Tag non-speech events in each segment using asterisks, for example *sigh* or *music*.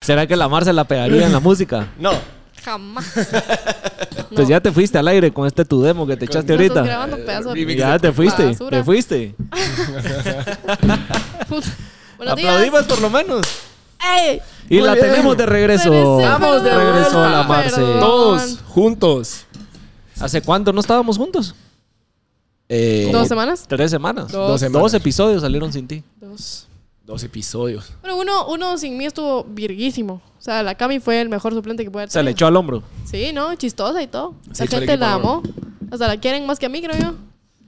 ¿Será que la Mar se la pegaría en la música? No, *laughs* Jamás. Pues ya te fuiste al aire con este tu demo que te echaste Estás ahorita. grabando pedazos de Ya te fuiste, Basura. Eh, te fuiste. puta. *laughs* Buenos Aplaudimos días. por lo menos. ¡Ey! Y Muy la bien. tenemos de regreso. Regresé, Vamos de perdón, regreso a la Marce. perdón. todos juntos. ¿Hace cuánto no estábamos juntos? Eh, ¿Dos semanas? Tres semanas. Dos. Dos semanas. Dos episodios salieron sin ti. Dos. dos episodios. Bueno, uno, uno sin mí estuvo virguísimo. O sea, la Cami fue el mejor suplente que puede haber. Se le tenido. echó al hombro. Sí, ¿no? Chistosa y todo. Se la echó al gente la equipo, amó. Hasta la quieren más que a mí, creo yo.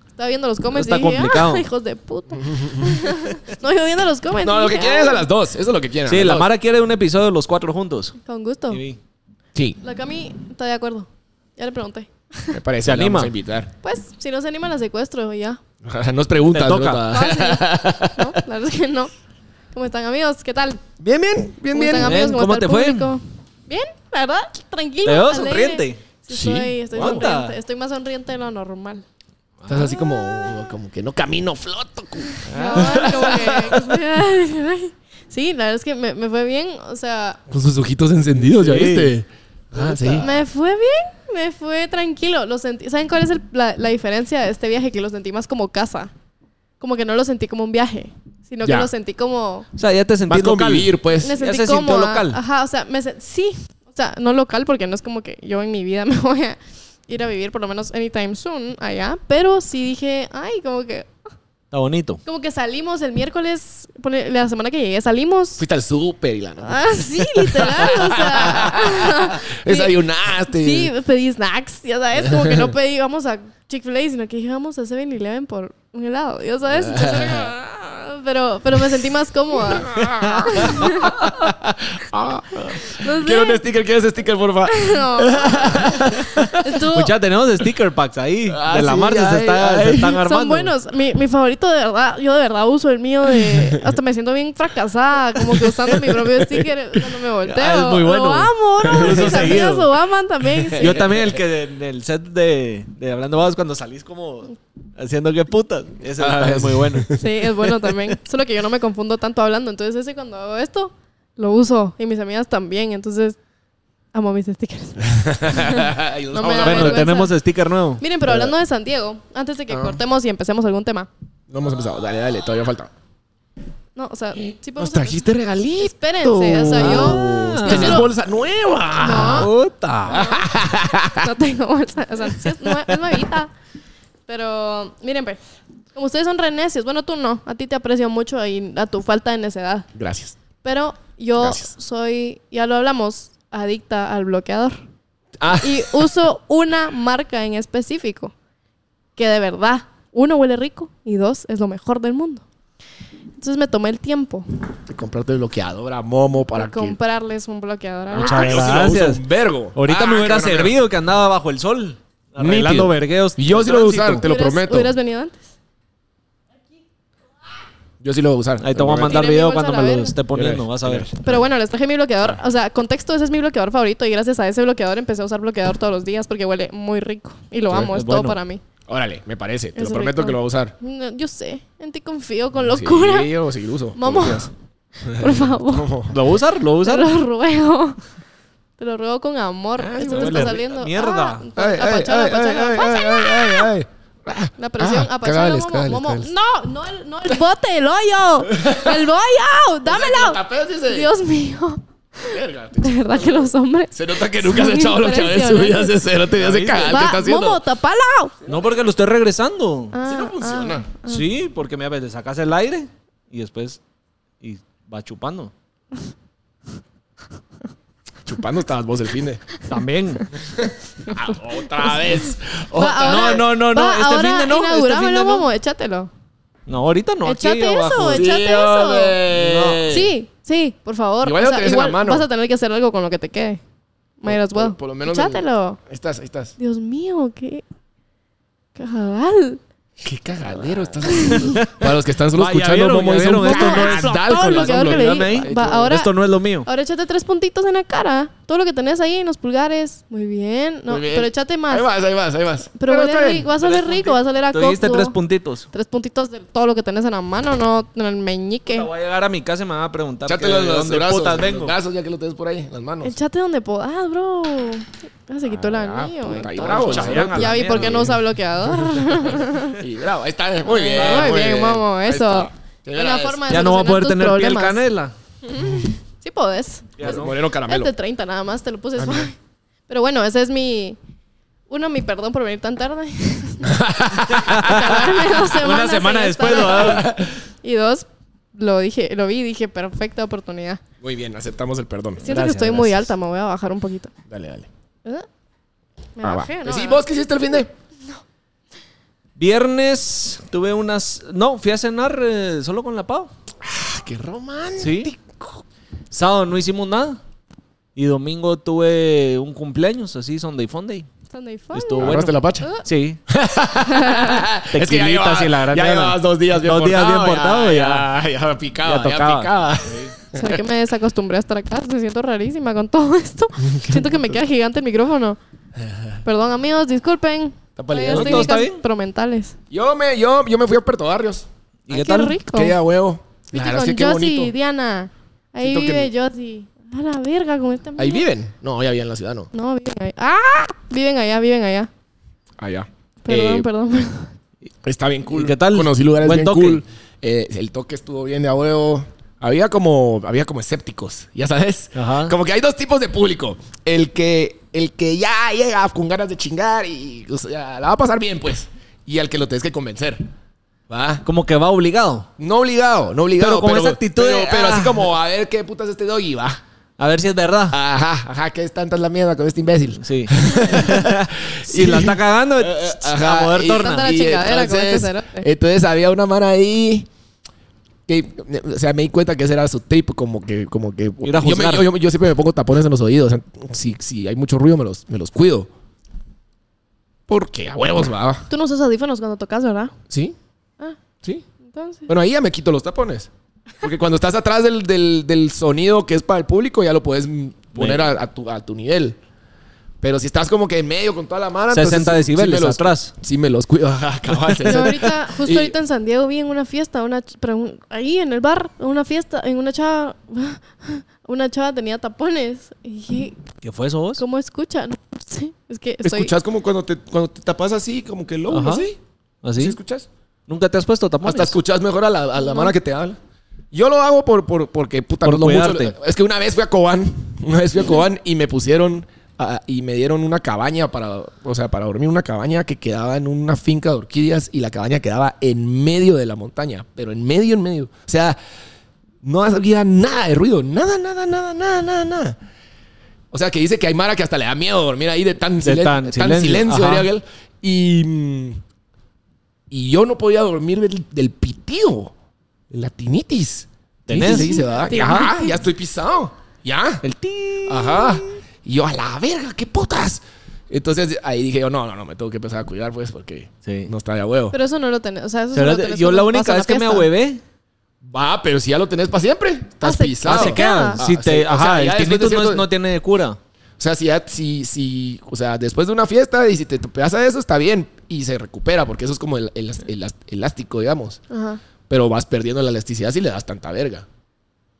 Estaba viendo los comments Está y dije, complicado. "Ah, hijos de puta. *laughs* no, yo viendo los comments. No, lo dije, que quieren es "Ah, a las dos. Eso es lo que quieren. Sí, a las la dos. Mara quiere un episodio de los cuatro juntos. Con gusto. Sí. Sí, La Cami está de acuerdo. Ya le pregunté. me parece. Se la anima. Vamos a invitar. *laughs* Pues, si no se anima, la secuestro y *laughs* ya. Nos preguntas. Te toca. ¿no? No, sí. No, la verdad es que no. ¿Cómo están, amigos? ¿Qué tal? Bien, bien, bien, ¿Cómo bien. están, amigos? Bien, ¿cómo está el te fue? público? Bien, la verdad, tranquilo. Te veo alegre. sonriente. Sí, Sí. Estoy, estoy Anda. sonriente. Estoy más sonriente de lo normal. Estás así como, como que no camino, floto. cu- Ah. No, como que- sí, la verdad es que me, me fue bien. O sea, Con sus ojitos encendidos, ¿ya Sí. viste? Ah, sí. me fue bien. Me fue tranquilo. Lo sentí. ¿Saben cuál es el- la, la diferencia de este viaje? Que lo sentí más como casa. Como que no lo sentí como un viaje, sino Ya. que lo sentí como. O sea, ya te sentí Más local. convivir, pues. Me Ya sentí se sintió cómoda. local. Ajá, o sea, me sen- sí, o sea, no local porque no es como que yo en mi vida *laughs* me voy a ir a vivir por lo menos anytime soon allá, pero sí dije, ay, como que Está bonito. como que salimos el miércoles, pone- la semana que llegué salimos. Fuiste al súper y la no. Ah, sí, literal, o sea. este, Desayunaste. Sí, pedí snacks, ya sabes, *laughs* como que no pedí, vamos a Chick-fil-A, sino que dije, vamos a 7-Eleven por un helado, ya sabes. Entonces era como, "Ah", *laughs* Pero, pero me sentí más cómoda. Ah. No sé. Quiero un sticker, quiero ese sticker, por *laughs* favor. No. Estuvo- Pues ya tenemos sticker packs ahí. Ah, de la sí, Marce se, ay, está- ay. se están armando. son buenos. Mi, mi favorito de verdad, yo de verdad uso el mío de hasta me siento bien fracasada, como que usando mi propio sticker cuando me volteo. Ah, es muy bueno. Lo amo, *laughs* Lo ¿no? uso Mis seguido. amigos lo aman también. sí. Yo también, el que de- en el set de, de Hablando Vamos, cuando salís como haciendo que putas. Ese Ah, está sí. muy *laughs* bueno. Sí, es bueno también. Solo que yo no me confundo tanto hablando. Entonces, ese cuando hago esto, lo uso. Y mis amigas también. Entonces, amo mis stickers. Y nos No me vamos da a- Bueno, vergüenza. tenemos sticker nuevo. Miren, pero hablando de San Diego, antes de que cortemos y empecemos algún tema. No hemos empezado. Dale, dale, todavía falta. No, o sea, sí podemos. Nos trajiste regalitos. Espérense, o sea, yo. yo Tenés solo- bolsa nueva. No. Puta. No tengo bolsa. O sea, sí es, nue- es nuevita. Pero, miren, pues, como ustedes son renecios, bueno, tú no. A ti te aprecio mucho y a tu falta de necedad. *laughs* Gracias. Pero yo Gracias. soy, ya lo hablamos, adicta al bloqueador. Ah. Y uso una marca en específico. Que de verdad, uno huele rico y dos es lo mejor del mundo. Entonces me tomé el tiempo Te compraste bloqueadora, momo, para para que. comprarles un bloqueador. a los Muchas dos. Yo sí lo uso gracias. un vergo. Ahorita Ah, me hubiera cabrón, servido que andaba bajo el sol. Arreglando Nítido. vergueos. Yo sí lo voy a usar, te lo Hubieras- prometo. Hubieras venido antes. Yo sí lo voy a usar. Ahí te voy a mandar Tiré mi video bolsa cuando a la me lo verga. esté poniendo, Mira, vas a ver. Pero bueno, les traje mi bloqueador. O sea, contexto, ese es mi bloqueador favorito. Y gracias a ese bloqueador empecé a usar bloqueador todos los días porque huele muy rico. Y lo Sí, amo, es es, todo bueno. para mí. Órale, me parece. Te Es lo prometo rico. que lo voy a usar. No, yo sé, en ti confío con locura. Sí, yo sí lo uso. todos Momo. *laughs* los días. Por favor, ¿Lo voy a usar? ¿Lo voy a te usar? *laughs* lo ruego. Te lo ruego con amor. Ay, Esto me está huele rico. saliendo. Mierda. Ah, Ay, ay, apachalo, ay, apachalo, ay, apachalo. ay, ay, ay, ay. La presión, Ah, apachalo, cagales, momo, cagales, momo. cagales. No, no el, no el bote, el *laughs* hoyo. El hoyo, dámelo. Tapeas y se- Dios mío. Verga, De verdad que los hombres. Se *laughs* nota que nunca has Son echado bloqueador en su vida. impresionantes. Ese cero te hace cagar. Te está Va, momo, haciendo. tapalo. No, porque lo estoy regresando. Ah, Si no funciona. Sí, porque mira, ves, le sacas el aire y después y va chupando. Chupando estabas vos el fin de. *laughs* También. Ah, otra vez. Oh. Va, ah. Otra- ahora- no, no, no, va, este ahora fin de no, este inaugurámelo, fin de no. momo, échatelo. No, ahorita no. Aquí Échate eso, abajo. échate eso. hombre. Sí, sí, por favor. Igual O lo sea, tenés en la mano. Vas a tener que hacer algo con lo que te quede. Might as well. Por, por lo menos. Échatelo. Ahí estás, ahí estás. Dios mío, qué cajadal. Qué cagadero *laughs* estás haciendo. Para los que están solo Va, ya escuchando, vieron, Momo ya hizo un vieron, esto no es- cagadal Todo con el la bloqueador que sombra. le dame ahí. di. Va, ahora, Esto no es lo mío. ahora échate tres puntitos en la cara. Todo lo que tenés ahí en los pulgares. Muy bien. No, Muy bien. pero échate más. Ahí vas, ahí vas, ahí vas. Pero Bueno, huele está bien. rico, vas a oler rico, vas a oler a Te diste coco. tres puntitos. Tres puntitos de todo lo que tenés en la mano, no en el meñique. Voy a llegar a mi casa y me van a preguntar que Échatelo de en los dónde brazos. putas Los vengo. brazos, ya que lo tenés por ahí, en las manos. Échate donde podás, bro. Ah, se quitó el Ah, anillo. puta, y Héctor. bravo, Chayán a la Ya vi por qué mierda. no *laughs* usa bloqueador. Y bravo, ahí está. Muy bien. Muy bien, momo, Ahí eso. está. Te veo Una la vez. forma de Ya no voy a solucionar poder tus tener piel problemas. canela. Sí podés. Pues, Moreno caramelo. El de 30 nada más, te lo puse suave. *laughs* Pero bueno, ese es mi... Uno, mi perdón por venir *laughs* tan tarde. Tardarme dos semanas Una semana en después lo estar- hago. Y dos, lo, dije, lo vi y dije, perfecta oportunidad. Muy bien, aceptamos el perdón. Siento que estoy muy alta, me voy a bajar un poquito. Dale, dale. ¿Eh? Me Ah, va. bajé, ¿no? Sí, vos que hiciste el fin de. Viernes tuve unas. No, fui a cenar eh, solo con la Pau. Ah, Qué romántico. Sí. Sábado no hicimos nada. Y domingo tuve un cumpleaños, así, Sunday Funday. Sunday fun. Estuvo bueno. ¿Agarraste la pacha? Ah. *laughs* Sí. Es que ya Tequilitas llevas- y la gran Ya nana. llevas dos días bien Dos días portado. bien portado, Ya, ya, ya Ya picaba, ya, tocaba. picaba. O sea, que me desacostumbré a estar acá. Me siento rarísima con *laughs* todo esto. Siento que me queda gigante el micrófono. Perdón, amigos, disculpen. palideando. Fallas ¿Todo está técnicas bien? Promentales. Yo me, yo, yo me fui a Puerto Barrios. ¿Y qué Ay, Ah, qué tal? rico. Qué día huevo. La Viste verdad es con que qué Josie, bonito. Diana. Ahí Siento que vive me- Josie. A la verga con esta ¿Ahí mierda. viven? No, ya viven en la ciudad, no. No, viven allá. ¡Ah! Viven allá, viven allá. Ah, Allá. Perdón, Eh, perdón, perdón. Está bien cool. ¿Y qué tal? Conocí lugares Buen bien toque. cool. Eh, el toque estuvo bien de a huevo. Había como, había como escépticos, ya sabes. Ajá. Como que hay dos tipos de público. El que, el que ya llega con ganas de chingar y o sea, la va a pasar bien, pues. Y al que lo tienes que convencer. ¿Va? Como que va obligado. No obligado, no obligado. Pero con esa actitud de, Pero, pero así ah. como, a ver qué putas este doggy, va. A ver si es verdad. Ajá, ajá, que es tanta la mierda con este imbécil. Sí. Ah, Si la está cagando, a mover Eh, y- torna. Tanta la chingadera con este entonces, cerote. entonces había una mano ahí que, o sea, me di cuenta que ese era su trip, como que, como que. Ir a yo, me- juzgar. yo- yo- yo siempre me pongo tapones en los oídos. o sea, Si, si hay mucho ruido, me los, me los cuido. Porque a huevos va. Tú no usas audífonos cuando tocas, ¿verdad? ¿Sí? Ah, ¿Sí? entonces. Bueno, ahí ya me quito los tapones. Porque cuando estás atrás del, del- del sonido que es para el público, ya lo puedes mm, poner a, a tu, a tu nivel. Pero si estás como que en medio con toda la mano... 60 decibeles atrás. Sí me los cuido. *laughs* Ajá, cabal, Yo 60. ahorita, justo Y- ahorita en San Diego vi en una fiesta, una ch- pero un- ahí en el bar, en una fiesta, en una chava, *laughs* una chava tenía tapones. Y dije, ¿Qué fue eso vos? ¿cómo escucha? No sé, es que estoy... ¿Escuchas como cuando te, cuando te tapas así, como que el ojo, Ajá. así? ¿Así? ¿Sí? escuchas? ¿Nunca te has puesto tapones? Hasta escuchas mejor a la, a la mano que te habla. Yo lo hago por, por, porque, puta, Por no lo mucho. cuidarte. Es que una vez fui a Cobán, *laughs* una vez fui a Cobán y me pusieron ah, y me dieron una cabaña para, o sea, para dormir, una cabaña que quedaba en una finca de orquídeas y la cabaña quedaba en medio de la montaña, pero en medio, en medio. O sea, no había nada de ruido, nada, nada, nada, nada, nada, nada. O sea, que dice que hay Mara que hasta le da miedo dormir ahí de tan, silen- tan tan silencio, silencio, ajá. diría aquel. Y, mm, y yo no podía dormir del, del pitío, de la tinitis. ¿Tenés? Tinitis se dice, ¿verdad? Tinitis. Ajá, ya estoy pisado. Ya. El ti. Ajá. Y yo, a la verga, qué putas. Entonces ahí dije yo, no, no, no, me tengo que empezar a cuidar, pues, porque Sí. no está de a huevo. Pero eso no lo tenés. O sea, eso Pues Pero solo tenés yo cuando la vas a única vez que me fiesta. ahuevé Va, pero si ya lo tenés para siempre, estás se- pisado. Ah, se Claro. queda. Ah, Si sí. te, O ajá, sea, el ya después de tinnitus no, es- cierto- no tiene cura. O sea, si, ya- si, si, o sea, después de una fiesta y si te topeas a eso, está bien y se recupera, porque eso es como el, el- el- elástico, digamos. Ajá. Pero vas perdiendo la elasticidad si le das tanta verga.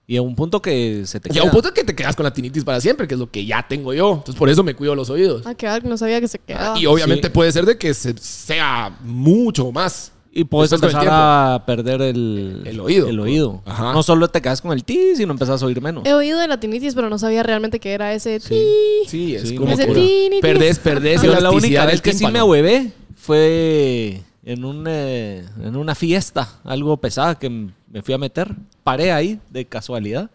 Y a un punto que se te Y a queda. un punto que te quedas con la tinitis para siempre, que es lo que ya tengo yo. Entonces, por eso me cuido los oídos. Ah, qué barco, no sabía que se quedaba. Y obviamente Sí. puede ser de que se- sea mucho más. Y puedes Después con el empezar tiempo. a perder el, El oído. El oído. Ajá. No solo te quedas con el ti, sino empezás a oír menos. He oído de la tinitis, pero no sabía realmente que era ese. Sí. Sí, es Sí, como ese que tinitis. perdés, *laughs* perdés Yo Ah, la elasticidad única del vez que sí me tímpano. ahuevé fue en, un, eh, en una fiesta, algo pesada que m- me fui a meter. Paré ahí de casualidad.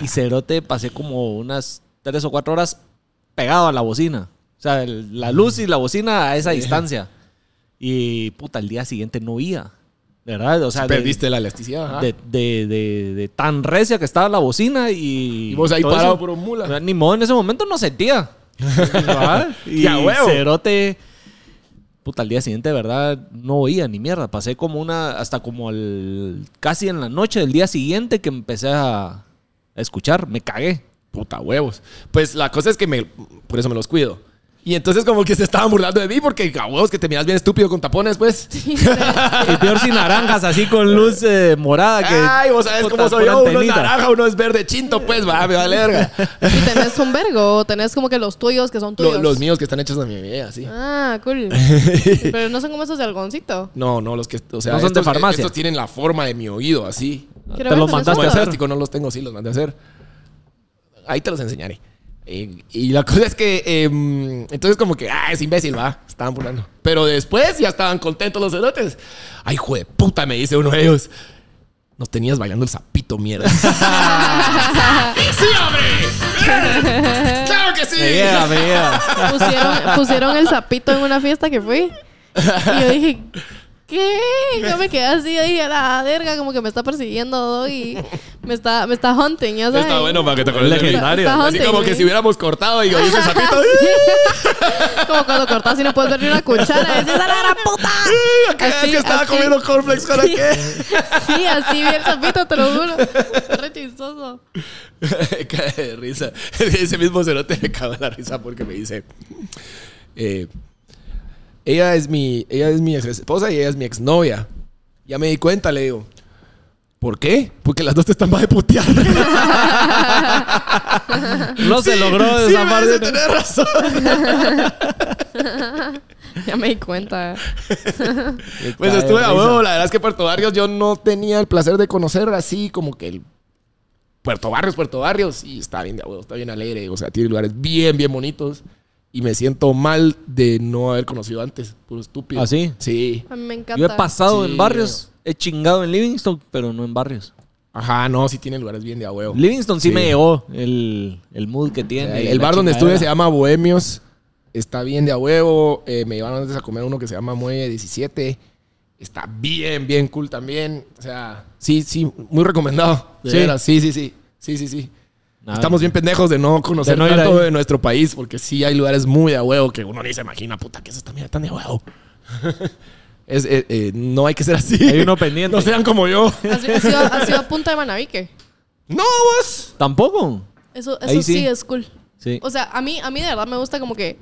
Y cerote pasé como unas tres o cuatro horas pegado a la bocina. O sea, el- la luz y la bocina a esa distancia. Y puta, al día siguiente no oía. De verdad, o sea, de- Perdiste la elasticidad. ajá. de, de- de- de tan recia que estaba la bocina y. Y vos ahí todo parado eso. por un mula. Ni modo, en ese momento no sentía. ¿Verdad? *laughs* y Ya, huevo. cerote. Puta, al día siguiente, de verdad, no oía ni mierda. Pasé como una. Hasta como al. casi en la noche del día siguiente que empecé a, a escuchar. Me cagué. *laughs* Puta huevos. Pues la cosa es que me, por eso me los cuido. Y entonces como que se estaban burlando de mí porque a huevos que te miras bien estúpido con tapones, pues. *laughs* Y peor sin naranjas, así con luz eh, morada. Que, Ay, vos sabés puta, cómo soy pura yo. Uno es antenita. naranja, uno es verde chinto, pues. Va, me *laughs* vale verga. Y tenés un vergo, o tenés como que los tuyos que son Lo- tuyos. los, míos que están hechos de mi vida, sí. Ah, *laughs* cool. Pero no son como esos de algoncito. No, no, los que, o sea, No son de estos- eh, farmacia. Estos tienen la forma de mi oído, así. Quiero Te ver lo con mandaste Como a de esos. hacer. plástico no los tengo, sí, los mandé a hacer. Ahí te los enseñaré. Y, y la *laughs* cosa es que, em, entonces como que, ah, es imbécil, va, estaban burlando. Pero después ya estaban contentos los cerotes. Ay, hijo de puta, me dice uno de ellos. Nos tenías bailando el sapito, *laughs* mierda. ¡Sí, hombre! ¡Claro que sí! Me llega, me llega. Pusieron, pusieron el sapito en una fiesta que fui. Y yo dije, ¿qué? Yo me quedé así, yo dije, "A la verga, como que me está persiguiendo Doggy. Me está, me está hunting, ya sabes. Está bueno para que te acuerdes de mí. Legendario. Está Así hunting, como que güey. si hubiéramos cortado y yo *laughs* hice el sapito. Como cuando cortas y no puedes ver ni una cuchara. Decís, ¡a la gran puta! *laughs* Cada vez Así, que estaba así. comiendo cornflakes con aquel. Sí, así bien sapito, te lo juro. Re chistoso. *laughs* Cae de risa. Ese mismo cerote me cago en la risa porque me dice. eh, ella es mi. Ella es mi ex esposa y ella es mi exnovia. Ya me di cuenta, le digo. ¿Por qué? Porque las dos te están más de putear. *laughs* No se logró sí, esa me parte. dice, tenés razón. *laughs* Ya me di cuenta. Pues Cae de estuve a risa. huevo. La verdad es que Puerto Barrios yo no tenía el placer de conocer así como que el. Puerto Barrios, Puerto Barrios. Y está bien de a huevo, está bien alegre. O sea, tiene lugares bien, bien bonitos. Y me siento mal de no haber conocido antes. Puro estúpido. ¿Ah, sí? Sí. A mí me encanta. Yo he pasado Sí. en barrios, he chingado en Livingston, pero no en barrios. Ajá, no, sí tiene lugares bien de a huevo. Livingston sí, Sí. me llegó el, el mood que tiene. El, y el la bar donde chingadera. estuve se llama Bohemios. Está bien de a huevo. Eh, me llevaron antes a comer uno que se llama Muelle 17. Está bien, bien cool también. O sea, sí, sí, muy recomendado. De Sí. veras, sí, sí, sí. Sí, sí, sí. Nah, Estamos bien pendejos de no conocer De no ir tanto ahí. de nuestro país, porque sí hay lugares muy de a huevo que uno ni se imagina, puta, que eso también tan de *laughs* a huevo. Es, eh, eh, no hay que ser así. Hay uno pendiente. No sean *laughs* como yo. Ha sido- ha sido, ha sido a punta de Manabique. ¡No, vos! Tampoco. Eso, Ahí eso sí. sí. es cool. Sí. O sea, a mí, a mí de verdad me gusta como que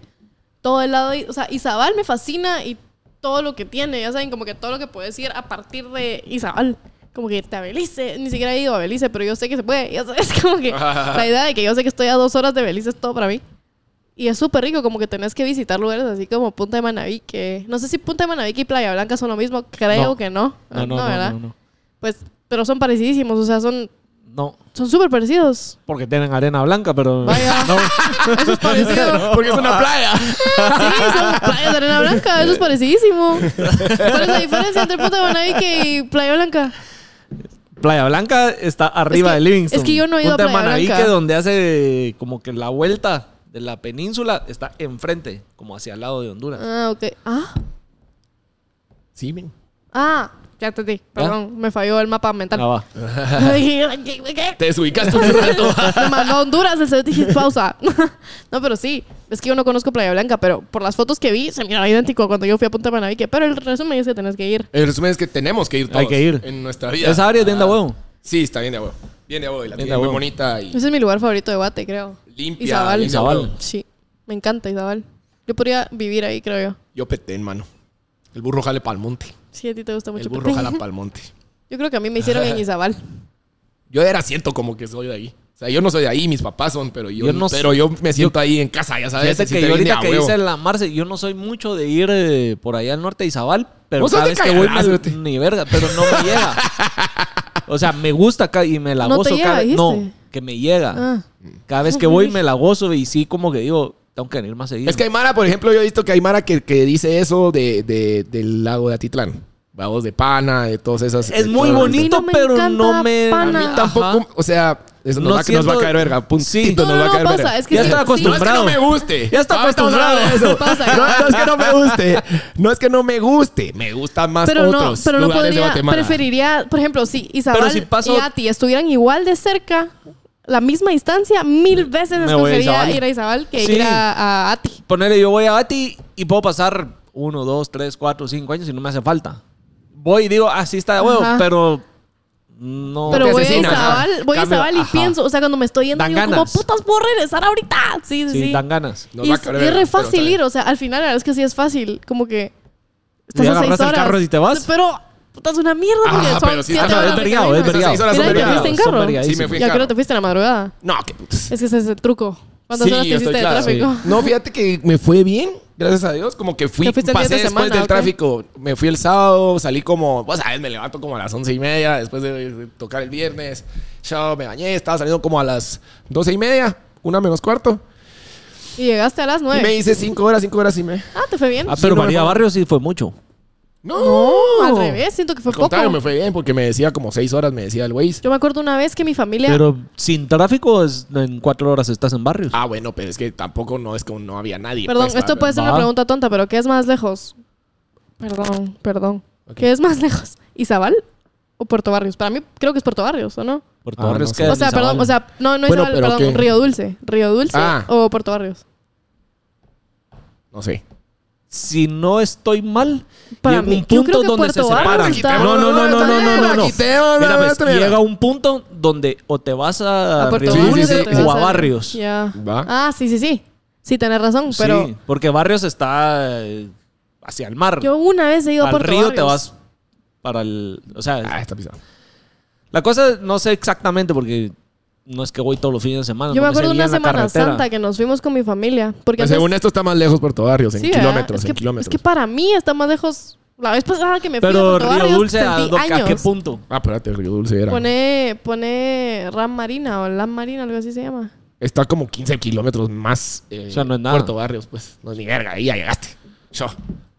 todo el lado. O sea, Izabal me fascina y todo lo que tiene. Ya saben, como que todo lo que puedes ir a partir de Izabal. Como que te a Belice. Ni siquiera he ido a Belice, pero yo sé que se puede. Ya sabes, *laughs* como *laughs* que la idea de que yo sé que estoy a dos horas de Belice es todo para mí. Y es súper rico, como que tenés que visitar lugares así como Punta de Manabique. No sé si Punta de Manabique y Playa Blanca son lo mismo. Creo No. que no. no, no, no, ¿verdad? no, no. Pues, pero son parecidísimos. O sea, son No, son súper parecidos. porque tienen arena blanca, pero. Vaya. *laughs* No. Eso es *laughs* parecido. Porque es una playa. Sí, son playas de arena blanca. Eso es parecidísimo. ¿Cuál es la diferencia entre Punta Banabique y Playa Blanca? Playa Blanca está arriba que- de Livingston. es que yo no he ido a Punta Playa Manaví, Blanca. que donde hace como que la vuelta de la península está enfrente, como hacia el lado de Honduras. Ah, ok. Ah, Sí, men. ah, ya entendí. Perdón, me falló el mapa mental. Ah, va. *laughs* Dije, ¿qué- qué- qué? Te *laughs* desubicaste un rato. Me mandó a Honduras, el cerote, dije, pausa. *laughs* no, pero sí, es que yo no conozco Playa Blanca, pero por las fotos que vi, se miraba idéntico cuando yo fui a Punta Manavique. Pero el resumen es que tenés que ir. El resumen es que tenemos que ir todos. Hay que ir. En nuestra vida. Esa área es bien de huevo. Sí, está bien de huevo. Bien de huevo. Y la Bien tiene de muy huevo. bonita y Ese es mi lugar favorito de Guate, creo. limpia. Pues, Izabal. bien de Izabal. huevo. Sí, me encanta Isabel. Yo podría vivir ahí, creo yo. Yo peté, mano. El burro jale pa'l monte. Sí, a ti te gusta mucho. El burro Petén. jala pa'l monte. *laughs* Yo creo que a mí me hicieron *laughs* en Izabal. Yo era siento como que soy de ahí. O sea, yo no soy de ahí, mis papás son, pero yo, Yo no pero sé. yo me siento ahí en casa, ya sabes. Fíjate se que siente yo bien de ahorita a que huevo. dice la Marce, yo no soy mucho de ir eh, por allá al norte de Izabal, pero Vos sos cada de vez que voy me- cagadazo, fíjate. ni verga, pero no me llega. O sea, me gusta acá y me la No te gozo llega, cada dijiste. No, que me llega. Ah. Cada vez que voy me la gozo y sí como que digo, tengo que venir más seguido. Es que Aymara, por ejemplo, yo he visto que Aymara que, que dice eso de, de- del lago de Atitlán. Vagos de pana, de todas esas. es de muy todas- bonito, A mí no me pero encanta no me A mí pana. tampoco, Ajá. o sea, eso nos, No va, nos va a siento- caer verga. Puntito Sí. nos No, no, va a no, caer pausa, verga. es que Ya sí, estaba sí. No es que acostumbrado. no me guste. Ya está Ah, estamos hablando de acostumbrado. eso. Pausa. No, no es que no me guste. No es que no me guste. Me gustan más Pero no, otros pero no lugares de podría, Guatemala. preferiría, por ejemplo, si Isabel Pero si paso- y Ati estuvieran igual de cerca, la misma distancia, mil veces me voy a escogería Izabal. ir a Isabel que Sí. ir a, a Ati. Ponele, yo voy a Bati y puedo pasar uno, dos, tres, cuatro, cinco años y no me hace falta. Voy y digo, ah, sí está de huevo, Ajá. pero no. Pero te voy a asesinan, ajá. Izabal, voy a Cambio, Izabal y ajá. pienso, o sea, cuando me estoy yendo, Dan digo, como ganas. putas, puedo regresar ahorita. Sí, sí, Sí, sí. dan ganas. Nos Y va a es, caer y es verga, re pero está fácil bien. ir, o sea, al final la verdad es que sí es fácil, como que estás Y a seis agarras el horas. carro y te vas. Pero puta, es una mierda porque Ah, son pero sí siete está- horas es de vergado, camino. es vergado. Esas seis horas Mira, son ¿y te vergados, fuiste en son carro? vergadísimos. Sí, me fui en Ya creo que carro. te fuiste en la madrugada. No, qué putas. Es que ese es el truco. ¿Cuántas horas te yo hiciste de estoy claro, tráfico? *laughs* sí. No, fíjate que me fue bien, gracias a Dios. Como que fui, ¿Te fuiste pasé el día de después semana, del o qué? tráfico. Me fui el sábado, salí como, vos sabes, me levanto como a las once y media después de de tocar el viernes. Yo me bañé, estaba saliendo como a las doce y media, una menos cuarto. Y llegaste a las Y me nueve. hice cinco horas, cinco horas y me. Ah, te fue bien. Ah, pero no me María fue- Barrio sí fue mucho. No, Al revés, siento que fue Al contrario, poco. me fue bien porque me decía como seis horas, me decía el güey. Yo me acuerdo una vez que mi familia. Pero sin tráfico es- en cuatro horas estás en Barrios. Ah, bueno, pero es que tampoco no es que no había nadie. Perdón, pues, esto va- puede ser una va. pregunta tonta, pero ¿qué es más lejos? Perdón, perdón. ¿Qué es más lejos? ¿Izabal o Puerto Barrios? Para mí creo que es Puerto Barrios, ¿o no? Puerto Ah, Barrios no sé. queda en O sea, Izabal. perdón, o sea, no, no Bueno, Izabal, pero perdón, ¿qué? Río Dulce. ¿Río Dulce Ah. o Puerto Barrios? No sé. si no estoy mal, Para llega mí- un yo creo punto que donde se Puerto Barrios separan. está- No, no, no, no, no, no, no, no. Quiteo, Mira, pues, no, no, no. llega un punto donde o te vas a, ¿A Puerto Ah, Río Barrios Dulce o te vas o a a- Barrios. Ya. Va. Ah, sí, sí, sí. Sí, tenés razón, pero Sí, porque Barrios está eh, hacia el mar. yo una vez he ido a al Puerto río te Barrios. vas para el... O sea, Ah, está pisado. la cosa no sé exactamente porque no es que voy todos los fines de semana. Yo no me acuerdo sé una bien la Semana carretera. Santa que nos fuimos con mi familia. Porque Pues, antes- según esto está más lejos Puerto Barrios, en Sí, ¿verdad? kilómetros, es en que, kilómetros. Es que para mí está más lejos. La vez pasada que me fui a Pero Puerto Río Barrios, Dulce, ¿a, sentí dó- a qué años. punto? Ah, espérate, Río Dulce era. Pone, pone Ram Marina o Lam Marina, algo así se llama. Está como 15 kilómetros más. eh, O sea, no es nada. Puerto Barrios, pues. No es ni verga, ahí ya llegaste. Yo.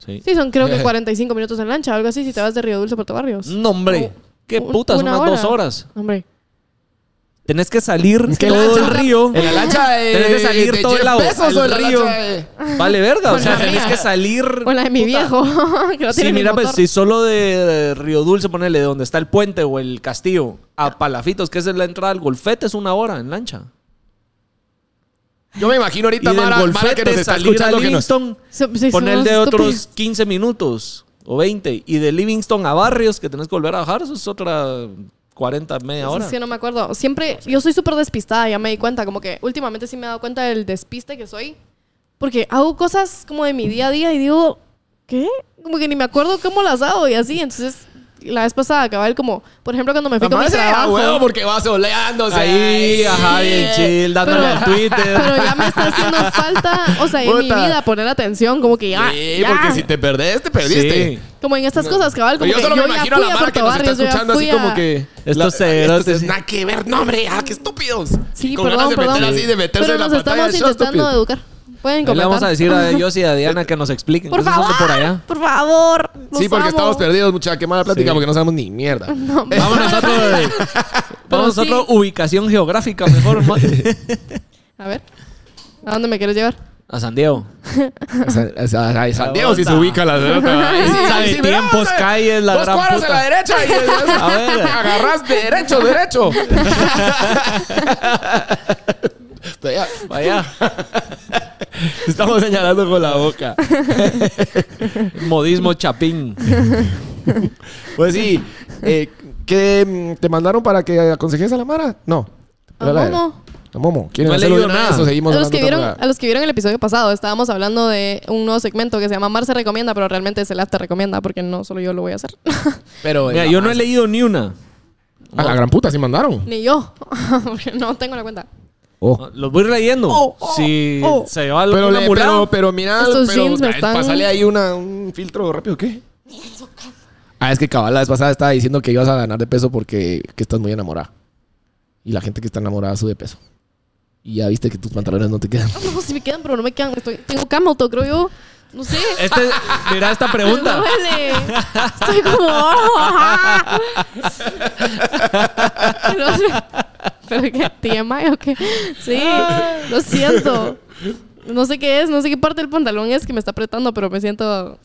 Sí. Sí, son *laughs* creo que 45 minutos en lancha, algo así, si te vas de Río Dulce a Puerto Barrios. No, hombre. ¿Qué Un- putas? una Unas dos hora. horas. Hombre. Tenés que salir ¿Qué todo lancha? el río. En *laughs* la lancha de. Tenés que salir de todo Jeff el lado, Bezos al o en la río. lancha de- Vale, verga. O Con sea, la tenés mía. que salir. O la de puta. mi viejo, *laughs* que no tiene Sí, ni mira, pues motor. si solo de Río Dulce, ponele donde está el puente o el castillo, Ah. a Palafitos, que esa es la entrada al golfete, es una hora en lancha. Yo me imagino Y ahorita del Mara, Mara que nos golfete está salir a escuchando que nos. Livingston, So- sí, poner somos de otros *laughs* estúpidos. 15 minutos o 20. Y de Livingston a Barrios, que tenés que volver a bajar, eso es otra 40, media hora. Es que no me acuerdo. Siempre, yo soy súper despistada, ya me di cuenta. Como que últimamente sí me he dado cuenta del despiste que soy. Porque hago cosas como de mi día a día y digo, ¿qué? Como que ni me acuerdo cómo las hago y así. Entonces, la vez pasada acababa el como, por ejemplo, cuando me fui con mi Mamá se a trabajo. huevo porque va soleándose. Ahí, ajá, bien chill, dándole *laughs* Pero- al Twitter. Pero ya me está haciendo falta, o sea, en mi Puta. vida poner atención, como que ya. Sí, ya. porque si te perdés, te perdiste. Sí. Como en estas cosas, cabal. Como yo que solo me ya imagino a fui la Puerto Mara que nos está Barrios, yo ya escuchando así fui como a- que. Estos la- cerotes, estos Eh, sí. Ah, Nada que ver, no, hombre. Ah, qué estúpidos. Sí, Con perdón, ganas de meter perdón. así, de meterse pero en la nos pantalla estamos de show, intentando estúpido. educar. Pueden Ahí Le comentar. vamos a decir a Dios y a Diana que nos expliquen. Por Esos son de favor, Por allá. por favor. los Sí, porque amo. estamos perdidos, mucha qué mala plática, Sí. porque no sabemos ni mierda. *laughs* No, Vamos nosotros, eh, vamos sí. nosotros ubicación geográfica mejor. *laughs* ma- A ver, ¿a dónde me quieres llevar? A San Diego. *laughs* O sea, o sea, ahí San Diego sí se ubica la derrota. Ahí sí, Sabe ahí sí, mira, tiempos, sabe, calles, la Dos gran cuadras puta. a la Ah. derecha y A ver. *laughs* agarras derecho, *laughs* derecho. Pues Vaya, *laughs* Estamos señalando con la *laughs* boca. modismo chapín. Pues sí, eh, ¿qué mm, te mandaron para que aconsejes a la Mara? No. A Era la- Momo. A Momo. ¿Quieren No he hacerlo de leído una nada. vez o seguimos A los, que hablando vieron, otra a los que vieron el episodio pasado, estábamos hablando de un nuevo segmento que se llama Mar se recomienda, pero realmente es el After recomienda porque no solo yo lo voy a hacer. *laughs* cosa? Pero eh, Mira, yo no he leído ni una. A la gran puta sí mandaron. Ni yo, *laughs* porque no tengo la cuenta. Oh. Los voy leyendo. Oh, oh, si oh. se va Pero, alguna le- mulada, pero, pero mira, Estos pero, jeans me ay, están- pásale ahí una, un filtro rápido, ¿qué? Ah, es que cabal, la vez pasada estaba diciendo que ibas a ganar de peso porque que estás muy enamorada. Y la gente que está enamorada sube peso. Y ya viste que tus pantalones no te quedan. No, si me quedan, pero no me quedan. Estoy, tengo cama, auto, creo yo. No sé. Este, mira esta Me pregunta. *laughs* duele. Estoy como. "Ah". *laughs* pero, pero qué TMI o qué. Sí, lo siento. No sé qué es, no sé qué parte del pantalón es que me está apretando, pero me siento.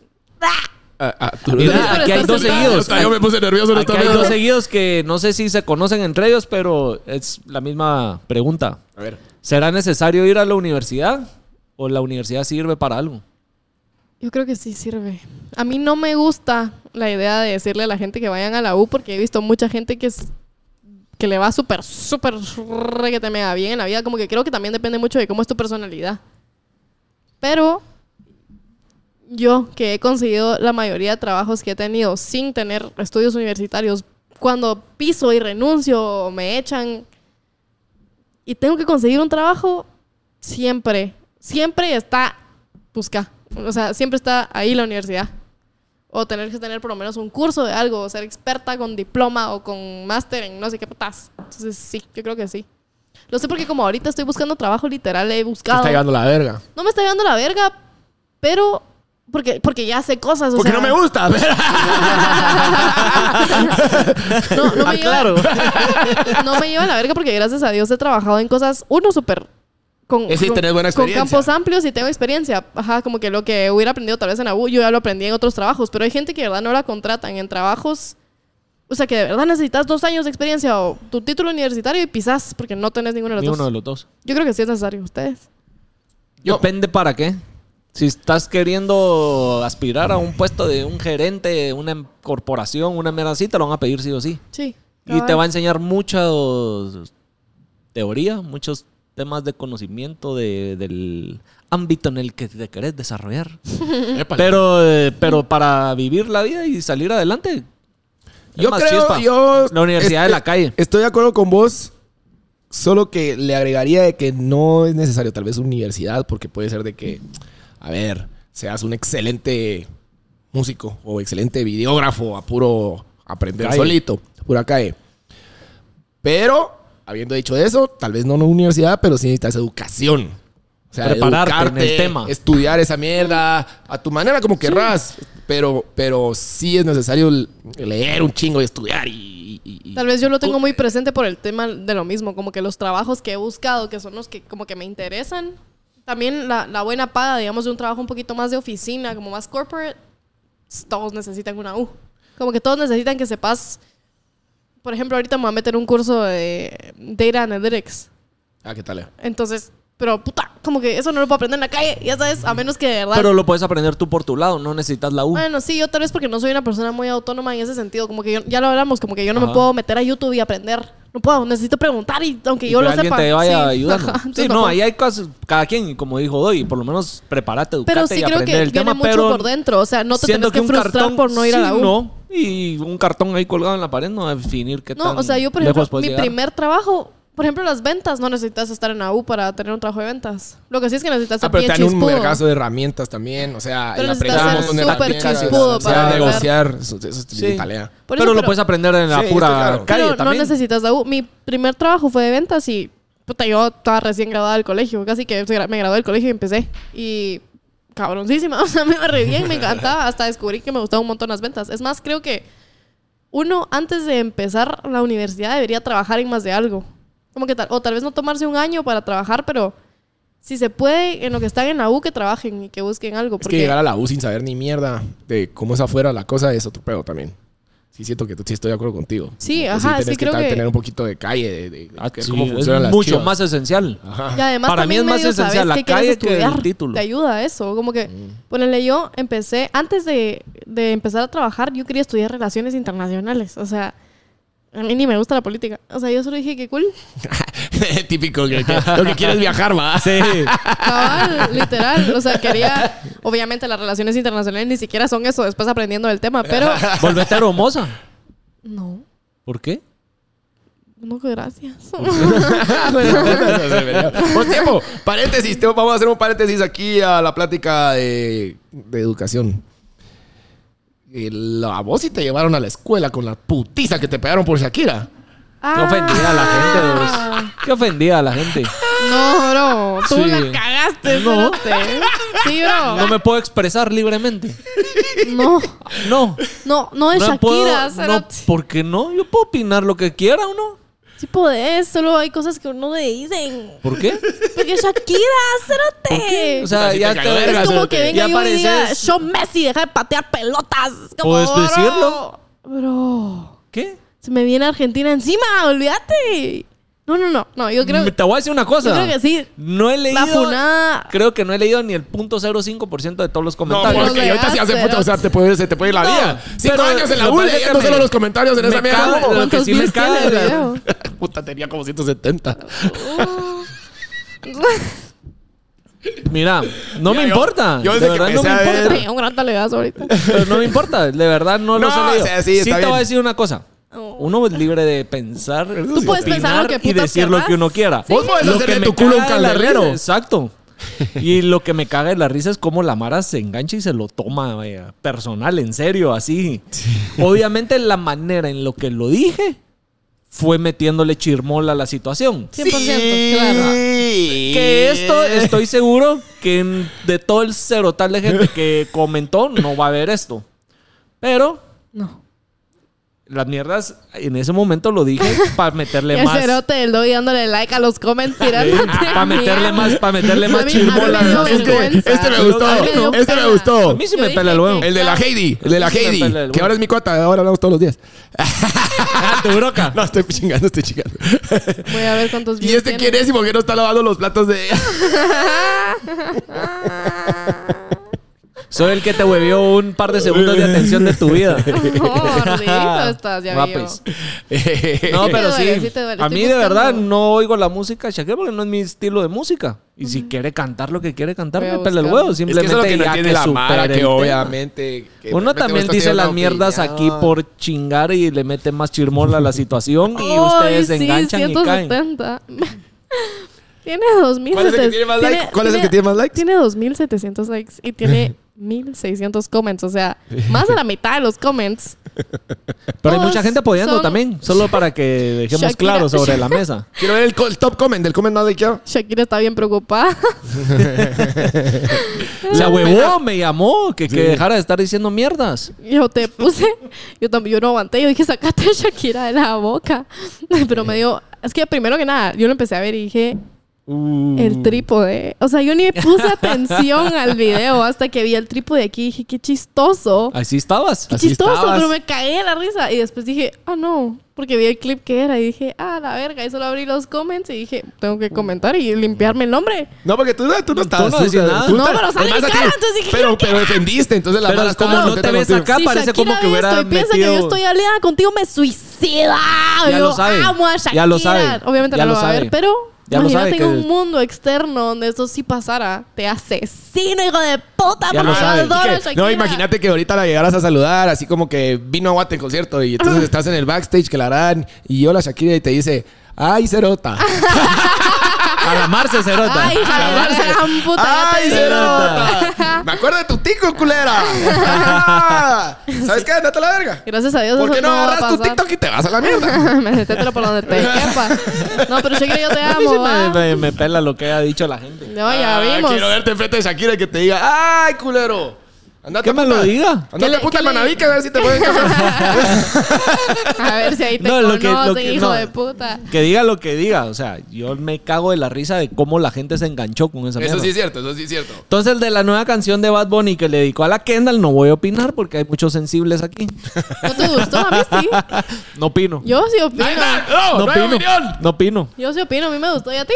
Ah, *laughs* ah, tú- Mira, aquí hay dos Pero seguidos. Hasta yo me puse nervioso en Aquí esta hay mesa. dos seguidos que no sé si se conocen entre ellos, pero es la misma pregunta. A ver. ¿Será necesario ir a la universidad o la universidad sirve para algo? Yo creo que sí sirve. A mí no me gusta la idea de decirle a la gente que vayan a la U porque he visto mucha gente que es que le va súper, súper re que te me da bien en la vida. Como que creo que también depende mucho de cómo es tu personalidad. Pero yo que he conseguido la mayoría de trabajos que he tenido sin tener estudios universitarios, cuando piso y renuncio o me echan y tengo que conseguir un trabajo, siempre, siempre está busca. O sea, siempre está ahí la universidad. O tener que tener por lo menos un curso de algo, o ser experta con diploma o con máster en no sé qué putas. Entonces, sí, yo creo que sí. Lo sé porque como ahorita estoy buscando trabajo, literal, he Te buscado está llegando la verga. no me está llevando la verga, pero porque, porque ya sé cosas. O Porque sea, no me *laughs* gusta. *laughs* No, no me lleva, *laughs* no me lleva la verga porque gracias a Dios he trabajado en cosas, uno súper... Con, Es decir, con- tenés buena con experiencia. campos amplios y tengo experiencia. Ajá, como que lo que hubiera aprendido tal vez en la U, yo ya lo aprendí en otros trabajos, pero hay gente que de verdad no la contratan en trabajos. O sea, que de verdad necesitas dos años de experiencia o tu título universitario y pisás porque no tenés ninguno de los Ni dos. uno de los dos. Yo creo que sí es necesario. ¿Ustedes? No. Depende para qué. Si estás queriendo aspirar a un puesto de un gerente, una em- corporación, una mera así, te lo van a pedir sí o sí. Sí. Y te va a enseñar muchas teoría, muchos temas de conocimiento de- del ámbito en el que te querés *laughs* desarrollar. Pero, eh, pero para vivir la vida y salir adelante, es Yo más creo, chispa. yo... este, La universidad de la calle. Estoy de acuerdo con vos, solo que le agregaría de que no es necesario tal vez universidad, porque puede ser de que, a ver, seas un excelente músico o excelente videógrafo a puro aprender Calle. solito, pura calle. Pero, habiendo dicho eso, tal vez no una universidad, pero sí necesitas educación. O sea, Prepararte en educarte, el tema. estudiar esa mierda a tu manera como querrás. Pero, pero sí es necesario l- leer un chingo y estudiar y... y- y- Tal vez yo lo tengo muy presente por el tema de lo mismo, como que los trabajos que he buscado, que son los que como que me interesan. También la, la buena paga, digamos, de un trabajo un poquito más de oficina, como más corporate, s- todos necesitan una U. Como que todos necesitan que sepas, por ejemplo, ahorita me voy a meter un curso de Data Analytics. Ah, ¿qué tal? eh? Entonces, pero puta, como que eso no lo puedo aprender en la calle, ya sabes, a menos que de verdad... Pero lo puedes aprender tú por tu lado, no necesitas la U. Bueno, sí, yo tal vez porque no soy una persona muy autónoma en ese sentido. Como que yo- ya lo hablamos, como que yo no me Ajá. puedo meter a YouTube y aprender. No puedo, necesito preguntar y aunque Y yo que lo alguien sepa. te vaya sí. ayudando. Ajá, sí, entonces no, puedo. ahí hay cosas, cada quien, y como dijo Doy, por lo menos prepárate, educate Pero sí y creo aprender que viene el tema, mucho pero por dentro. O sea, no te siento tienes que, un frustrar cartón, por no ir a la sí, U. no, y un cartón ahí colgado en la pared no va a definir qué No, tan o sea, yo, por lejos ejemplo, mi puedes llegar. primer trabajo, por ejemplo, las ventas, no necesitas estar en la U para tener un trabajo de ventas. Lo que sí es que necesitas Ah, estar pero te bien dan un chispudo. mercazo de herramientas también. O sea, Pero el necesitas aprender ser un montón de súper herramientas, chispudo o sea, para negociar. Eso, eso es Sí. mi tarea. Por pero eso, lo pero- puedes aprender en la Sí, pura esto claro. calle Pero no también. necesitas la U. Mi primer trabajo fue de ventas y puta, yo estaba recién graduada del colegio, casi que se gra- me gradué del colegio y empecé. Y cabroncísima, *laughs* o sea, me iba re bien, me encantaba, hasta descubrí que me gustaban un montón las ventas. Es más, creo que uno antes de empezar la universidad debería trabajar en más de algo. Como que tal, o tal vez no tomarse un año para trabajar, pero si se puede, en lo que están en la U, que trabajen y que busquen algo. Es que Porque llegar a la U sin saber ni mierda de cómo es afuera la cosa es otro pedo también. Sí, siento que tú- sí estoy de acuerdo contigo. Sí, Como ajá, es tienes que creo tal- que- tener un poquito de calle, de, de- de Ah, que sí, cómo es funcionan las mucho chivas. más esencial. Ajá. Y además Para mí también es más medio sabes esencial la qué quieres calle que el estudiar. título. Mm. Te ayuda a eso. Como que, ponele, yo empecé, antes de, de empezar a trabajar, yo quería estudiar relaciones internacionales. O sea, a mí ni me gusta la política. O sea, yo solo dije que cool. *laughs* Típico, que, *laughs* que- lo que quieres viajar, va. *laughs* Cabal, literal. O sea, quería. Obviamente, las relaciones internacionales ni siquiera son eso después aprendiendo del tema, pero. *laughs* Volvete hermosa. No, ¿Por qué? no, gracias. *laughs* Por Pues tiempo, paréntesis, te- vamos a hacer un paréntesis aquí a la plática de, de educación. Y la- a vos sí te llevaron a la escuela con la putiza que te pegaron por Shakira. Qué ofendida a la gente, Ah. vos. Qué ofendida a la gente. *laughs* No, bro. Tú Sí. la cagaste, No. cerote. Sí, bro. No me puedo expresar libremente. No, *laughs* No. no, no de no Shakira, puedo, no, cerote. ¿Por qué no? Yo puedo opinar lo que quiera o no. Sí podés, solo hay cosas que uno le dicen. ¿Por qué? Porque Shakira, *laughs* cérate. O sea, Así te ya cayó te- verga, es como cerote. que venga Ya yo y diga, pareces- yo Messi, deja de patear pelotas. Es Como, Puedes bro, decirlo. Bro, ¿Qué? se me viene Argentina encima, olvídate. No, no, no, no, yo creo, Te voy a decir una yo cosa. creo que sí. No he leído. La funada. Creo que no he leído ni el punto 0.05% de todos los comentarios. porque- ahorita sí hace puta, o sea, te puede, se te puede ir la No, vida. Cinco pero años en la lo U que pasa es que leyendo me- solo los comentarios en me esa mierda. cago, ¿Cómo? lo que sí me views tiene caga el de la- video? *laughs* Puta, tenía como 170. *laughs* Mira, no Ya, me yo- importa. yo de desde que verdad no me empecé a ver- importa. Tenía un gran *laughs* talegazo ahorita. Pero no me importa, de verdad no, lo *laughs* No, sé. o sea, sí, está te bien. voy a decir una cosa. Oh. Uno es libre de pensar, Tú puedes pensar lo que y putas decir lo querrás. que uno quiera. Vos podés Lo hacerle que me tu culo a un caga de la calderero. risa- *laughs* Exacto. Y lo que me caga de la risa es cómo la Mara se engancha y se lo toma vaya, personal, en serio, así. Obviamente la manera en lo que lo dije fue metiéndole chirmola a la situación. 100%, claro. Que esto estoy seguro que en- de todo el cero tal de gente *laughs* que comentó no va a ver esto. Pero No. las mierdas en ese momento lo dije para *laughs* Y meterle el más Ah, cerote del doy dándole like a *laughs* los comments tirándote. para meterle mierda. más para meterle A más mí- a mí me chirmola. dio al asunto. vergüenza. Este me Yo- gustó. a mí me dio Este pena. me gustó. A mí sí Yo me dije pela el huevo. que- El de la Heidi. El de la Sí, me Heidi. pela el huevo. Que ahora es mi cuata. Ahora hablamos todos los días. Ah, tu broca. *laughs* No, estoy chingando, *laughs* estoy chingando. Voy a ver cuántos ¿Y views este tiene. quién es y por qué no está lavando los platos de *laughs* *laughs* Soy el que te huevió un par de segundos de atención de tu *laughs* vida. *laughs* Oh, gordito estás, ya Va, vio. pues. No, Sí te pero duele, sí. sí te duele. a Estoy mí de buscando- verdad no oigo la música de Shakira porque no es mi estilo de música. Y si quiere cantar lo que quiere cantar, Voy me a pela el buscarlo. huevo. Es que eso Simplemente es lo que no ya entiende la supere mara, el que tema. obviamente... que de Uno también repente vos estás dice teniendo las una mierdas aquí opinión. por chingar y le mete más chirmola a la situación y Ay, ustedes se sí, enganchan y caen. 170. *laughs* Tiene 2000 ¿Cuál es el que tiene más likes? ¿Cuál es el que tiene más likes? Tiene 2700 likes *laughs* y tiene 1600 comments, o sea, más de la mitad de los comments. Pero hay Todos mucha gente apoyando son- también, solo para que dejemos Shakira. claro sobre la *laughs* mesa. Quiero ver el, co- el top comment, del comment más oh, likeado. Shakira está bien preocupada. Se huevó, me llamó, que, que dejara de estar diciendo mierdas. Yo te puse, *laughs* yo también, yo no aguanté, yo dije, sacate a Shakira de la boca. *laughs* Pero me dio, es que primero que nada, yo lo empecé a ver y dije, Uh. el trípode. O sea, yo ni puse atención al video hasta que vi el trípode aquí y dije, qué chistoso. Así estabas. Qué así chistoso, estabas. pero me cagué de la risa. Y después dije, ah, no, porque vi el clip que era y dije, ah, la verga. Y solo abrí los comments y dije, tengo que comentar y limpiarme el nombre. No, porque tú, tú no estabas. no decías nada. tú No, te- pero sale además mi a ti- cara, entonces dije, Pero, ¿yo qué? pero defendiste, entonces la Pero mara como estaba no te contenta ves contigo. acá, Ah, parece como Shakira que ve hubiera esto y piensa que metido- yo estoy aliada contigo, me suicida. Ya yo lo sabe, amo a Shakira. ya lo sabe, Obviamente ya no lo lo va a ver, sabe. pero Ya lo imagínate sabe en que- un mundo externo donde eso sí pasara. Te asesino, hijo de puta, Ya por lo sabe. favor, Dije, Shakira. no, imagínate que ahorita la llegaras a saludar, así como que vino a Guate el concierto y Ah. entonces estás en el backstage que la harán y yo la Shakira y te dice, *laughs* ay, Cerota. A la Marce Cerota. Ay, hija de la gran puta. ya *laughs* ay, te digo. *laughs* Cerota. Me acuerdo de tu tico, culera. Ah, ¿Sabes qué? Date a la verga. Gracias a Dios ¿Por eso qué no no va a agarras tu pasar. *laughs* TikTok y te vas a la mierda? me metetelo por *laughs* donde te quepa. No, pero Shakira, yo te A mí sí amo. me, ¿va? me- me pela lo que ha dicho la gente. No, ya Ah, vimos. Quiero verte enfrente de Shakira y que te diga, ¡ay, culero! Andate Que me puta. lo diga. Andate le- puta que al le- Manaví que a ver si *laughs* te pueden casar. A *laughs* ver si ahí te No, lo que- conocen, lo que- hijo no. de puta. Que diga lo que diga. O sea, yo me cago de la risa de cómo la gente se enganchó con esa mierda. eso sí es cierto, eso sí es cierto. Entonces, de la nueva canción de Bad Bunny que le dedicó a la Kendall, no voy a opinar porque hay muchos sensibles *laughs* aquí. ¿No te gustó? A mí sí. No opino. Yo sí opino. ¡Ahí está! ¡No, no, hay opino. opinión! No opino. Yo sí opino. A mí me gustó. ¿Y a ti?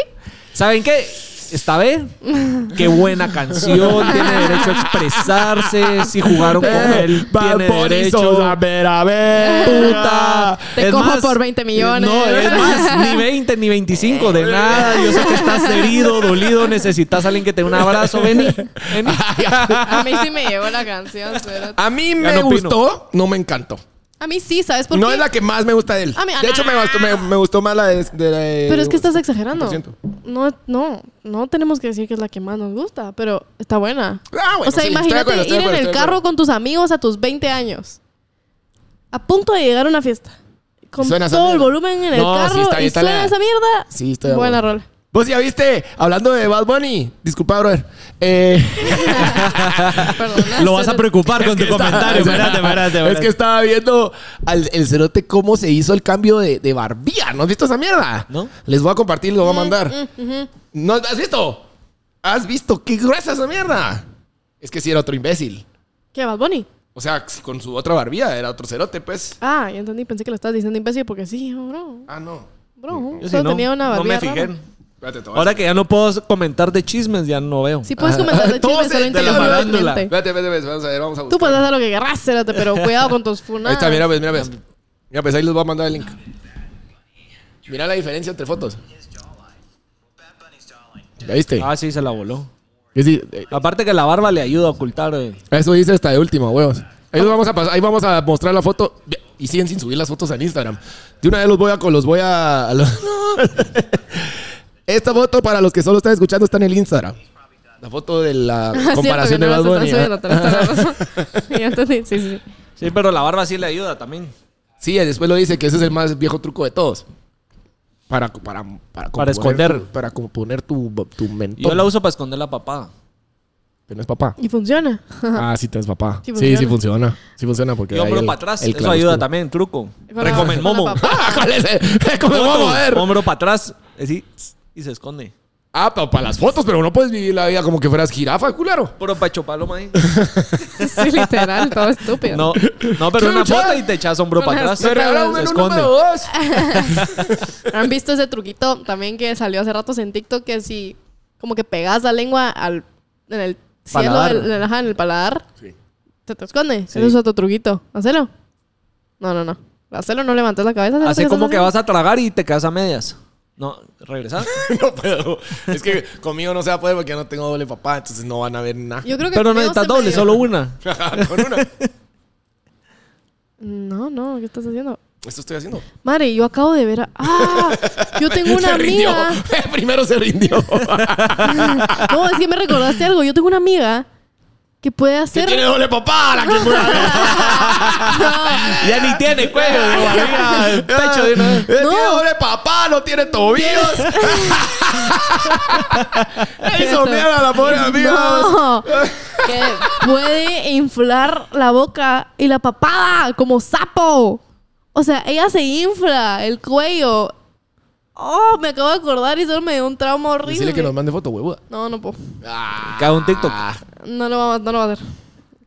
¿Saben qué? Está bien. Qué buena *laughs* canción. tiene derecho a expresarse. Si jugaron con él, tiene derecho. ver, a ver. Puta. Te cojo por 20 eh, millones. No, es *laughs* más, ni 20 ni 25, de nada. Yo sé que estás herido, dolido, necesitas a alguien que te dé un abrazo, Benny. Benny. A mí sí me llegó la canción. pero- A mí Ya me no opino. gustó, no me encantó. A mí sí, ¿sabes por No qué? es la que más me gusta de él. A mí- de hecho, me gustó, me, me gustó más la de, de la de- Pero es que estás exagerando. 100%. No, no, no tenemos que decir que es la que más nos gusta, pero está buena. Ah, bueno, o sea, sí, estoy de imagínate acuerdo, estoy de ir acuerdo, en el estoy de carro con tus amigos a tus 20 años. A punto de llegar a una fiesta. Con Suena esa todo el mierda. volumen en el No, sí, carro está bien, y está suena la- esa mierda. Sí, estoy de Buena acuerdo. rola. Vos ya viste, hablando de Bad Bunny, disculpa, brother. Eh, *laughs* *laughs* Perdona. Lo vas a preocupar con tu *laughs* comentario. Espérate, espérate, es que estaba viendo al el cerote cómo se hizo el cambio de, de barbilla. ¿No has visto esa mierda? No. Les voy a compartir, lo voy Mm, a mandar. ¿No has visto? ¿Has visto? ¡Qué gruesa esa mierda! Es que si era otro imbécil. ¿Qué, Bad Bunny? O sea, con su otra barbilla era otro cerote, pues. Ah, ya entendí. Pensé que lo estabas diciendo imbécil porque sí, bro. Ah, no. Bro, Yo sí, solo no, tenía una no barbilla me fijé. rara. Espérate, te voy a- Ahora que ya no puedo comentar de chismes, ya no veo. Sí puedes comentar Ah, *laughs* de Todo chisme se- solo de la farándula. intelectualmente. Espérate, espérate, espérate, vamos a ver, vamos a Tú buscar. puedes hacer lo que querrás, espérate, pero cuidado con tus funas. Ahí está, mira, pues, mira, pues. Mira, pues ahí les voy a mandar el link. Mira la diferencia entre fotos. ¿Ya viste? Ah, sí, se la voló. Es di- eh, Aparte que la barba le ayuda a ocultar. eh. Eso dice hasta de último, huevos. Ahí, los vamos a pas- ahí vamos a mostrar la foto. Y siguen sin subir las fotos en Instagram. De una vez los voy a. Los voy a, a los- *laughs* Esta foto, para los que solo están escuchando, está en el Instagram. La foto de *laughs* la Ah, Cierto que comparación no de las Bad Bunny. estás ¿eh? subiendo, tenés toda la *laughs* razón. Ya entendí, sí, sí, sí. Sí, pero la barba sí le ayuda también. Sí, después lo dice que ese es el más viejo truco de todos. Para, para, para, componer esconder. tu- para componer tu, tu mentón. Yo la uso para esconder la papada. Que no es papá. Y funciona. Ah, sí, tenés papá. Sí Sí, funciona. sí funciona. Sí funciona porque. Yo ahí hombro el- para atrás. el Eso claroscuro. ayuda también, truco. Con la- Recomen con la *laughs* momo. papa. *laughs* ¡Ah, *laughs* ¿cuál es? el- ¿Cómo Otro, vamos a ver? Hombro para atrás. Así, y se esconde. Ah, para las fotos, pero no puedes vivir la vida como que fueras jirafa, culero. Puro pacho paloma *laughs* ahí. Sí, literal, todo estúpido. No, no, pero una Chucha. foto y te echas hombro Con para atrás. las Se regala Se uno, esconde. *laughs* número dos. ¿Han visto ese truquito también que salió hace ratos en TikTok que si como que pegas la lengua al, en el cielo, Paladar. del- en el- ajá, en el paladar, Sí. se te esconde? Eso es otro truquito. Hacelo. No, no, no. Hacelo, no levantes la cabeza. ¿sabes Hace qué como estás que haciendo? vas a tragar y te quedas a medias. No, *laughs* regresar. *laughs* No puedo. Es que conmigo no se va a poder porque yo no tengo doble papá, entonces no van a ver nada. Yo creo que Pero no Teo necesitas se doble, medio- solo una. *laughs* Con una. No, no, ¿qué estás haciendo? Esto estoy haciendo. Madre, yo acabo de ver a... ¡Ah! *laughs* Yo tengo una se rindió. amiga... *laughs* Primero se rindió. No, es que me recordaste algo. Yo tengo una amiga que puede Que hacer. tiene doble papá, la que fue *laughs* a ver. Ya ni tiene cuello de barriga, el pecho de una vez. Eh, No. Tiene doble papá, no tiene tobillos. *laughs* Hizo mierda a la pobre amiga. No, que puede inflar la boca y la papada como sapo. O sea, ella se infla el cuello. Oh, me acabo de acordar y solo me dio un trauma horrible. Dile que nos mande foto, huevuda. No, no puedo. Ah. Caga un TikTok. No lo, va, no lo va a hacer.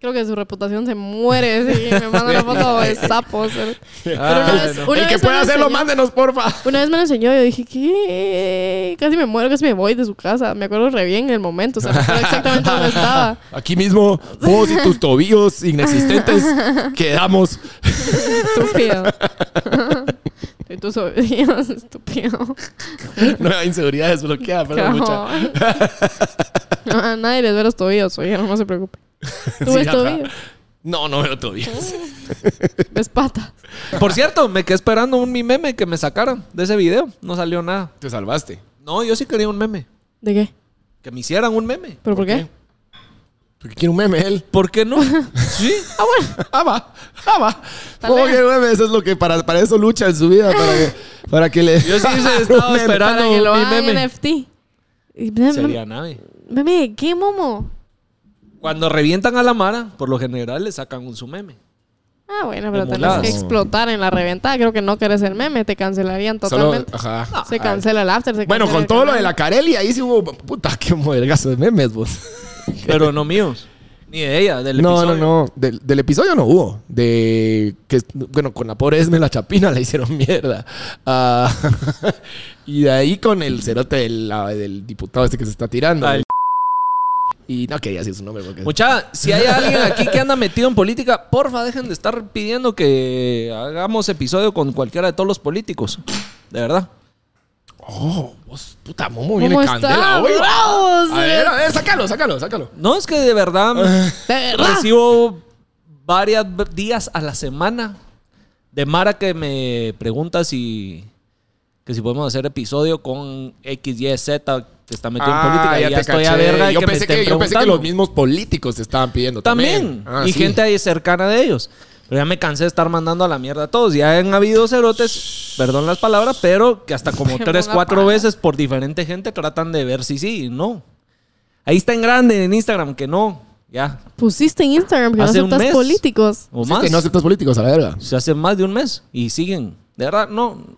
Creo que su reputación se muere si me manda una foto de sapo. *laughs* o sea. Pero una vez- una Ah, El que vez me pueda lo hacerlo, enseñó. mándenos, porfa. Una vez me lo enseñó y yo dije, ¿qué? Casi me muero, casi me voy de su casa. Me acuerdo re bien en el momento. O sea, me acuerdo exactamente dónde estaba. *laughs* Aquí mismo, vos y tus tobillos inexistentes quedamos. Estúpido. *laughs* y tus oídos, estúpido. Nueva inseguridad desbloqueada, pero mucha. Cabrón. *laughs* No, a nadie les ve los tobillos, oye, no se preocupe. Tú Sí, ves ajá. tobillos, No, no *laughs* veo tobillos. ves patas. Por cierto, me quedé esperando un mi meme que me sacaran de ese video. No salió nada. Te salvaste. No, yo sí quería un meme. ¿De qué? Que me hicieran un meme. ¿Pero por qué? Porque quiere un meme él. ¿Por qué *laughs* no? Sí. Ah, bueno. *laughs* Ah, va. Ah, va. Tal ¿Cómo vez. que meme? Eso es lo que para, para eso lucha en su vida. Para que, para que le. *laughs* Yo sí hubiese Un estado meme. esperando Para que lo ¿eh? mi hagan meme. NFT. Y meme- Sería nave. Meme, ¿de ¿qué momo? Cuando revientan a la Mara, por lo general le sacan un su meme. Ah, bueno, pero De tenés que muladas. explotar en la reventada. Creo que no querés el meme, te cancelarían Solo, totalmente. ajá. se cancela el after. se Ah, Bueno, cancela con el todo lo canal. de la Carelli, ahí sí hubo. Puta, qué vergazo de memes, vos. Pero no míos. Ni de ella, del No, episodio. no, no. Del, del episodio no hubo. De que, bueno, con la pobre Esme la Chapina la hicieron *laughs* mierda. Ah, *laughs* y de ahí con el cerote del, ah, del diputado este que se está tirando. Al- Y no quería decir su nombre porque. Mucha, si hay alguien aquí que anda metido en política, porfa, dejen de estar pidiendo que hagamos episodio con cualquiera de todos los políticos. De verdad. Oh, vos, puta, Momo ¿Cómo viene está? candela hoy. Bravo, A ver, a ver, sácalo, sácalo, sácalo. No, es que de verdad De verdad. recibo varios días a la semana de Mara que me pregunta si que si podemos hacer episodio con X, Y, Z que está metido Ah, en política. y Ah, ya estoy a verga de yo, que me pensé estén que, yo pensé que preguntando. los mismos políticos te estaban pidiendo También. también. Ah, y sí. gente ahí cercana de ellos. Pero ya me cansé de estar mandando a la mierda a todos. Ya han habido cerotes, perdón las palabras, pero que hasta *laughs* como Perdón tres, la cuatro palabra. veces por diferente gente tratan de ver si sí y no. Ahí está en grande en Instagram que no. Ya. Pusiste en Instagram que no Hace un aceptas mes. políticos. O Sí, más. que no aceptas políticos, a la verga. Se hace más de un mes y siguen. De verdad, no.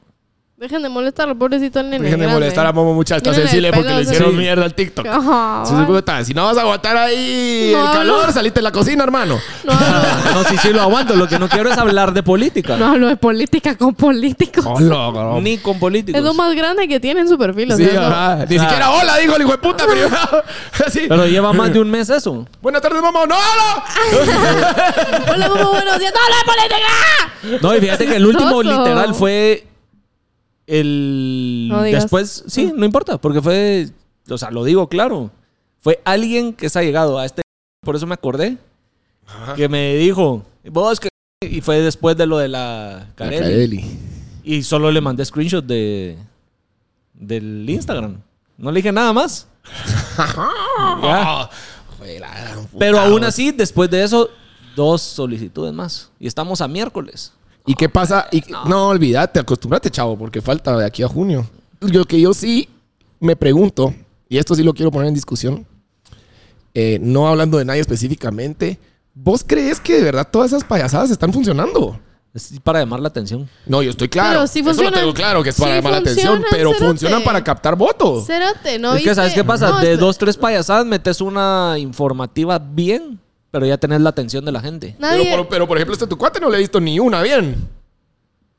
Dejen de molestarlo, pobrecito el nene. Dejen de grande. molestar a Momo muchas hasta Mírenle el sensible porque pelo, le sí. hicieron Sí. mierda al TikTok. Ajá, Sí, sí, puta, si no vas a aguantar ahí No, el no. calor, salite de la cocina, hermano. No, hablo, *laughs* No, sí, sí lo aguanto. Lo que no quiero es hablar de política. no hablo de política con políticos. Hola, cabrón. Ni con políticos. es lo más grande que tiene en su perfil. o Sí, sea, no- ajá. Ni sea- siquiera hola, dijo el hijo de puta, pero *laughs* Así. Ah. Pero lleva más de un mes eso. Buenas tardes, Momo. ¡No, hola! Hola, Momo, buenos días. ¡No hablo de política! No, y fíjate que el último Chistoso. literal fue el No digas. después, sí, no importa, porque fue, o sea, lo digo claro, fue alguien que se ha llegado a este por eso me acordé que me dijo, "Vos que y fue después de lo de la Carelli, y solo le mandé screenshot de del Instagram. No le dije nada *laughs* más. Ya. Ah, Pero aún así, después de eso, dos solicitudes más. Y estamos a miércoles. ¿Y qué pasa? Y- no. olvídate, acostúmbrate, chavo, porque falta de aquí a junio. Lo que yo sí me pregunto, y esto sí lo quiero poner en discusión, eh, no hablando de nadie específicamente, ¿vos crees que de verdad todas esas payasadas están funcionando? Es para llamar la atención. No, yo estoy claro. Pero sí Eso lo funcionan. tengo claro, que es para Sí llamar la atención, funcionan, pero cerote. funcionan para captar votos. Cérate, ¿no es que, ¿sabes viste? qué pasa? No, este- de espera. dos, tres payasadas metes una informativa bien, pero ya tenés la atención de la gente. Pero, Nadie... por- pero, por ejemplo, este tu cuate no le he visto ni una bien.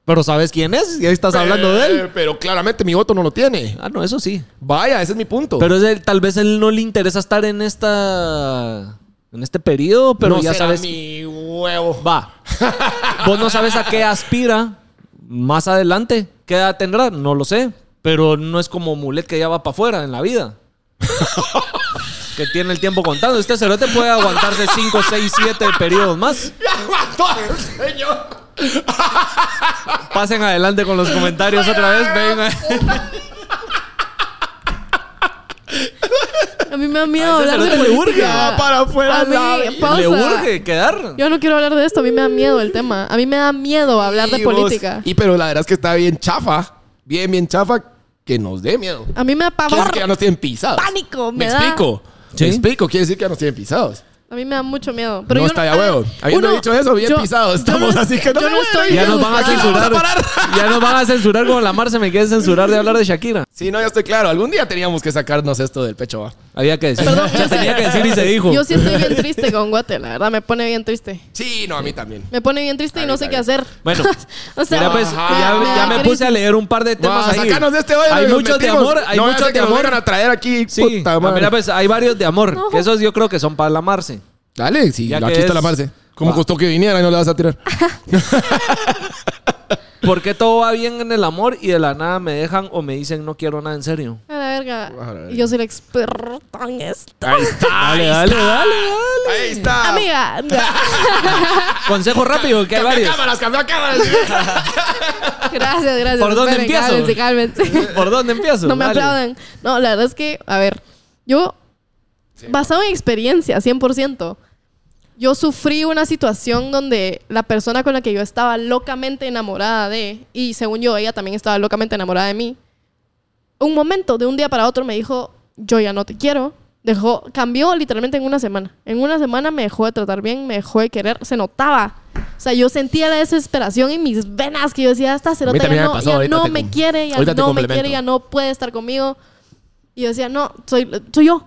Pero ¿sabes quién es? Y ahí estás hablando de él. Pero- Pero claramente mi voto no lo tiene. Ah, no, eso sí. Vaya, ese es mi punto. Pero es el- tal vez él no le interesa estar en esta... En este periodo, pero no ya será sabes... mi huevo. Va. Vos no sabes a qué aspira más adelante. ¿Qué edad tendrá? No lo sé. Pero no es como Mulet que ya va para afuera en la vida. que tiene el tiempo contando. Este cerote puede aguantarse 5, 6, 7 periodos más. ¡Ya mató al *laughs* señor! Pasen adelante con los comentarios otra vez. Venga. A mí me da miedo A ese hablar de Este cerote le política. urge. Ah, para afuera A al lado. mí, pausa. Le urge quedar. Yo no quiero hablar de esto. A mí me da miedo el tema. A mí me da miedo hablar de Y vos- política. Y pero la verdad es que está bien chafa. Bien, bien chafa. Que nos dé miedo. A mí me da Quiere decir pavor. que ya nos tienen pisados. Pánico, me Me da. explico. Sí. Me explico. Quiere decir que ya nos tienen pisados. A mí me da mucho miedo. Pero no yo está a ya ver, huevo. Habiendo uno- dicho eso, bien yo- pisados yo estamos. no- así que no yo me no voy a estoy- *laughs* ir. Ya nos van a Aquí la censurar. vamos a Ya nos van a censurar como la Mar se me quiere censurar de hablar de Shakira. Sí, no, yo estoy claro. Algún día teníamos que sacarnos esto del pecho, va. Había que decir. Perdón, Se yo sé- tenía que decir y se dijo. Yo sí estoy *laughs* bien triste con Guate, la verdad. Me pone bien triste. Sí, no, a mí también. Me pone bien triste y no sé qué hacer. Bueno, *laughs* o sea, Mira, pues, Ajá. ya, da ya me crisis. puse a leer un par de temas Vamos a ahí. sacarnos de este hoyo. Hay nos muchos de metimos. amor, hay No, ya sé muchos que de nos amor. vengan a traer aquí. Sí, Puta Ah, madre. mira, pues hay varios de amor, que esos yo creo que son para la Marce. Dale, sí, Ya aquí que está es- la Marce. ¿Cómo Va. costó que viniera y no le vas *laughs* a tirar? ¿Por qué todo va bien en el amor y de la nada me dejan o me dicen no quiero nada en serio? A la A la verga. verga. Y Yo soy la experta en esto. Ahí está. Dale, dale, dale. Ahí está. Amiga. *laughs* Consejo rápido, que hay Cambia varios. cámaras, cambia *laughs* cámaras. Gracias, gracias. ¿Por dónde Esperen, empiezo? *laughs* Cálmense, cálmense. ¿Por dónde empiezo? No me Dale. aplaudan. No, la verdad es que, a ver, yo basado en experiencia, 100%. Yo sufrí una situación donde la persona con la que yo estaba locamente enamorada de, y según yo ella también estaba locamente enamorada de mí, un momento, de un día para otro, me dijo, yo ya no te quiero. Dejó, cambió literalmente en una semana. En una semana me dejó de tratar bien, me dejó de querer, se notaba. O sea, yo sentía la desesperación en mis venas, que yo decía, esta cerota ya también me no, pasó, ya ahorita no te me com- quiere, ya ahorita te no me complemento. quiere, ya no puede estar conmigo. Y yo decía, no, soy, soy yo.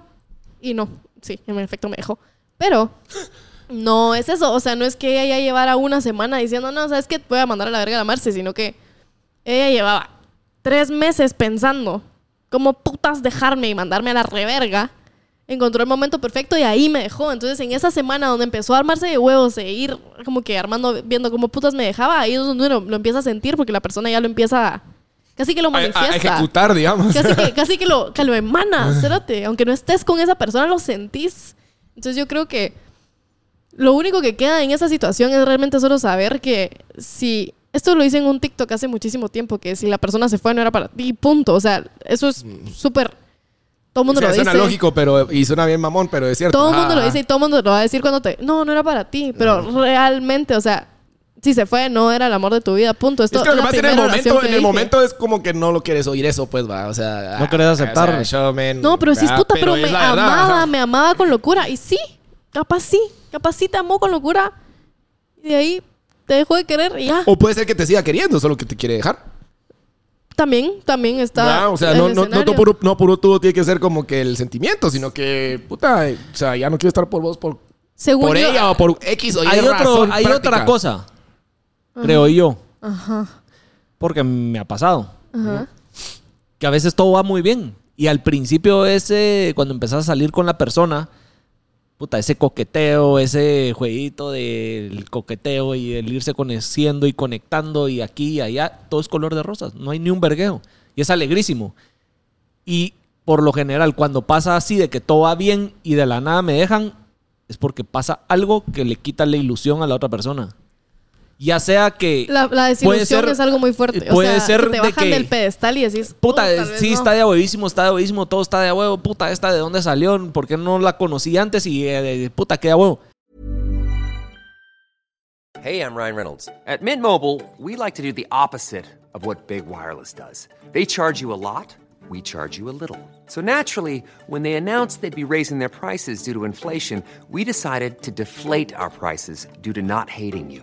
Y no, sí, en efecto me dejó. Pero no es eso. O sea, no es que ella ya llevara una semana diciendo, no, ¿sabes qué? Voy a mandar a la verga a la Marce, sino que ella llevaba tres meses pensando cómo putas dejarme y mandarme a la reverga. Encontró el momento perfecto y ahí me dejó. Entonces, en esa semana donde empezó a armarse de huevos e ir como que armando, viendo cómo putas me dejaba, ahí es donde uno lo empieza a sentir porque la persona ya lo empieza a... Casi que lo A, manifiesta. a ejecutar, digamos. Casi *laughs* que, casi que lo, que lo Eh. emana, cérate. Aunque no estés con esa persona, lo sentís. Entonces yo creo que lo único que queda en esa situación es realmente solo saber que si... Esto lo hice en un TikTok hace muchísimo tiempo, que si la persona se fue no era para ti, punto. O sea, eso es súper... Todo el mundo *laughs* O sea, lo Mm. suena dice. lógico, pero y suena bien mamón, pero es cierto. Todo el Ah, mundo lo dice y todo el mundo lo va a decir cuando te... No, no era para ti, pero realmente, o sea, si se fue no era el amor de tu vida, punto. Esto Es que lo que la pasa en el primera relación momento, que en el dije. momento es como que no lo quieres oír eso, pues va, o sea, No ah, querés aceptarlo. o sea, yo, men, No, pero sí es ah, puta, pero, es me la verdad, amaba, ajá. me amaba con locura. Y sí, capaz sí, capaz sí te amó con locura. Y de ahí te dejó de querer y ya. O puede ser que te siga queriendo, solo que te quiere dejar. También, también está. Ah, o sea, el no, no, no, escenario. no, puro, no puro todo tiene que ser como que el sentimiento, sino que, puta, eh, o sea, ya no quiero estar por vos, por, Según por yo- ella o por X o Y hay otro- razón hay práctica. otra cosa, creo yo, Ajá, porque me ha pasado. ajá. que a veces todo va muy bien. Y al principio ese, cuando empezás a salir con la persona, puta, ese coqueteo, ese jueguito del coqueteo y el irse conociendo y conectando y aquí y allá, todo es color de rosas, no hay ni un vergueo. Y es alegrísimo. Y por lo general, cuando pasa así de que todo va bien y de la nada me dejan, es porque pasa algo que le quita la ilusión a la otra persona. Ya sea que... La, la puede desilusión ser- es algo muy fuerte. O puede sea, ser que te de bajan que- del pedestal y decís. Puta, "Oh, tal vez sí, no". está de huevísimo, está de huevísimo, todo está de huevo. Puta, esta de dónde salió, ¿por qué no la conocí antes? Y eh, de- de- puta, qué de huevo. Hey, I'm Ryan Reynolds. At Mint Mobile, we like to do the opposite of what Big Wireless does. They charge you a lot, we charge you a little. So naturally, when they announced they'd be raising their prices due to inflation, we decided to deflate our prices due to not hating you.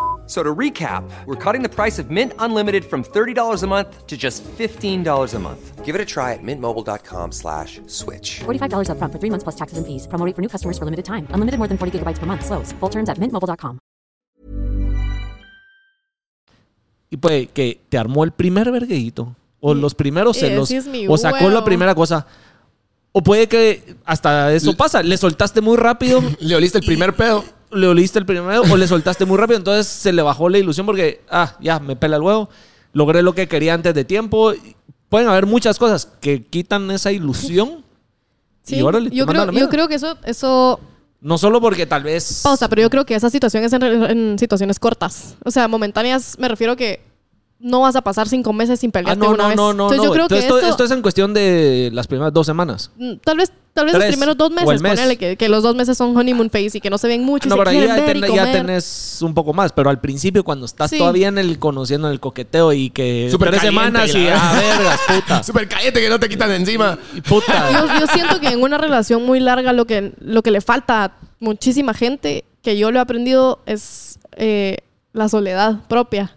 So to recap, we're cutting the price of Mint Unlimited from $30 a month to just $15 a month. Give it a try at mintmobile.com slash switch. $45 upfront for three months plus taxes and fees. Promo rate for new customers for limited time. Unlimited more than 40 gigabytes per month. Slows. Full terms at mintmobile.com. Y pues que te armó el primer verguedito. O los primeros Mm. ese celos. es mi o sacó huevo. la primera cosa. O puede que hasta eso L- pasa. Le soltaste muy rápido. Le oliste el primer pedo. le oliste el primero o le soltaste muy rápido. Entonces se le bajó la ilusión porque, ah, ya, me pela el huevo. Logré lo que quería antes de tiempo. Pueden haber muchas cosas que quitan esa *laughs* ilusión. Sí, Y órale, te yo, manda creo, a la yo mierda. creo que eso, eso No solo porque tal vez. pausa, pero yo creo que esa situación es en, re- en situaciones cortas. O sea, momentáneas, me refiero que no vas a pasar cinco meses sin Ah, pelearte no, una no, vez. no, no, Entonces no. yo creo Entonces, que esto, esto, esto es en cuestión de las primeras dos semanas. Mm, Tal vez, tal vez los Tres, primeros dos o meses, el mes. ponele que, que los dos meses son honeymoon phase y que no se ven mucho y No, se pero ahí quieren ya, ver ten- y ya comer. tenés un poco más. Pero al principio, cuando estás Sí. todavía en el conociendo el coqueteo y que Súper tres caliente semanas y y la- ah, vergas, *laughs* puta. Super cállate que no te quitan de encima. y puta. Yo, yo siento que en una relación muy larga lo que, lo que le falta a muchísima gente, que yo lo he aprendido, es eh, la soledad propia.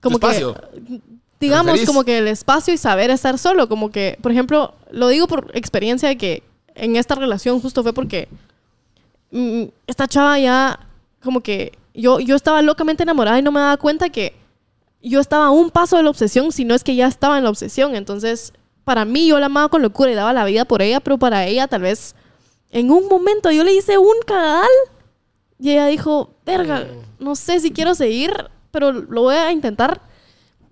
Como Tu espacio. que digamos ¿Preferís? como que el espacio y saber estar solo, como que, por ejemplo, lo digo por experiencia de que en esta relación justo fue porque mm, esta chava ya como que yo yo estaba locamente enamorada y no me daba cuenta que yo estaba a un paso de la obsesión, si no es que ya estaba en la obsesión. Entonces, para mí yo la amaba con locura y daba la vida por ella, pero para ella tal vez en un momento yo le hice un cagadal y ella dijo, verga, Mm. no sé si quiero seguir, pero lo voy a intentar.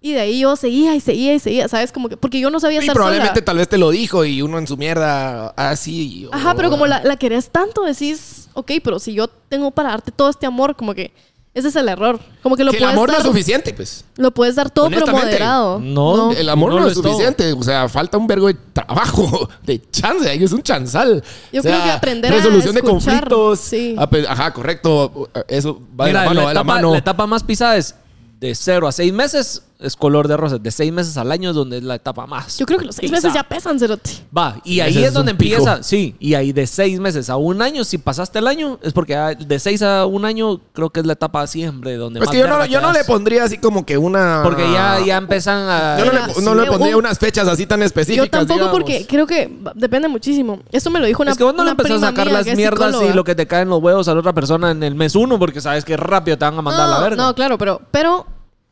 Y de ahí yo seguía y seguía y seguía, ¿sabes? Como que, porque yo no sabía Y estar probablemente sola. tal vez te lo dijo y uno en su mierda así. Ajá, pero como la, la querés tanto, decís, ok, pero si yo tengo para darte todo este amor, como que ese es el error. Como que lo Que el puedes amor no dar, es suficiente, pues. lo puedes dar todo, pero Honestamente, moderado. No, El amor no, lo es todo. suficiente. O sea, falta un vergo de trabajo, *laughs* de chance. Ahí es un chanzal. Yo O sea, creo que aprender a Resolución de escuchar, conflictos. sí. ape- Ajá, correcto. Eso va *laughs* de Mira, la mano, la, va de la etapa, mano. la etapa más pisada es de 0 a 6 meses, es color de rosas. De 6 meses al año es donde es la etapa más. Yo creo que los seis meses ya pisada. pesan, Cerote. Va, y ahí Ese es, es donde un pico. empieza. Sí, y ahí de 6 meses a un año, si pasaste el año, es porque ah, de 6 a un año creo que es la etapa siempre donde Pues más que yo no, verga yo te no le das. pondría así como que una. Porque Ah. ya, ya empiezan a. Yo no le, Mira, no le sí, pondría un- unas fechas así tan específicas. Yo tampoco digamos. porque creo que va- depende muchísimo. Eso me lo dijo una es que vos no le una empezás a prima sacar mía las que es mierdas y psicóloga. lo que te caen los huevos a la otra persona en el mes uno, porque sabes que rápido te van a mandar a la No, verga. No, claro, pero pero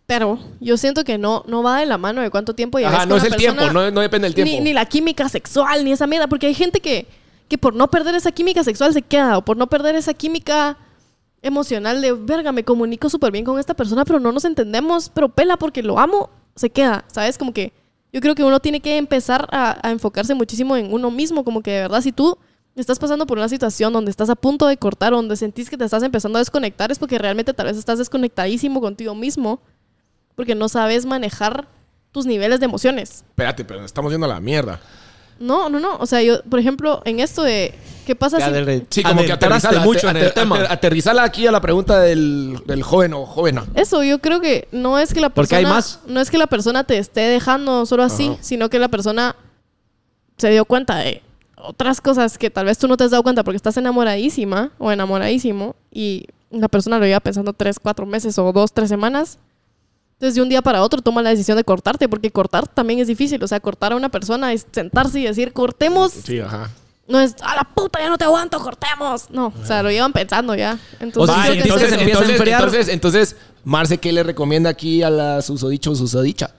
pero yo siento que no no va de la mano de cuánto tiempo llevas Ajá, con no es una el persona, tiempo, no, no depende del tiempo. Ni, ni la química sexual ni esa mierda, porque hay gente que que por no perder esa química sexual se queda o por no perder esa química emocional de verga, me comunico súper bien con esta persona, pero no nos entendemos, pero pela porque lo amo, se queda, ¿sabes? Como que yo creo que uno tiene que empezar a, a enfocarse muchísimo en uno mismo, como que de verdad si tú estás pasando por una situación donde estás a punto de cortar, donde sentís que te estás empezando a desconectar, es porque realmente tal vez estás desconectadísimo contigo mismo, porque no sabes manejar tus niveles de emociones. Espérate, pero estamos yendo a la mierda. No, no, no, o sea, yo, por ejemplo, en esto de, ¿qué pasa Ya si... de- Sí, como que adentraste aterrizala mucho ate- en el ate- tema. ate- eh, aterrizala aquí a la pregunta del, del joven o joven. Eso, yo creo que no es que la persona. Porque hay más. No es que la persona te esté dejando solo así, sino que la persona se dio cuenta de otras cosas que tal vez tú no te has dado cuenta porque estás enamoradísima o enamoradísimo y la persona lo lleva pensando tres, cuatro meses o dos, tres semanas. Entonces, de un día para otro toma la decisión de cortarte, porque cortar también es difícil. O sea, cortar a una persona es sentarse y decir, cortemos. Sí, ajá. No es, a la puta, ya no te aguanto, cortemos. No, o sea, lo llevan pensando ya. Entonces, sea, creo que sentiste eso- que se empieza a entonces, enfriar. entonces, entonces, Marce, ¿qué le recomienda aquí a la susodicho o susodicha?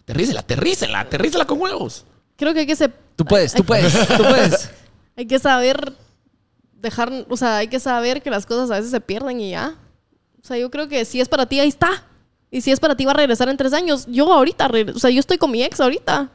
Aterrícela, aterrícela, aterrícela con huevos. creo que hay que se Tú puedes, tú puedes, tú puedes. Hay que saber dejar, o sea, hay que saber que las cosas a veces se pierden y ya. O sea, yo creo que si es para ti, ahí está. Y si es para ti, va a regresar en tres años. Yo ahorita, regre- o sea, yo estoy con mi ex ahorita.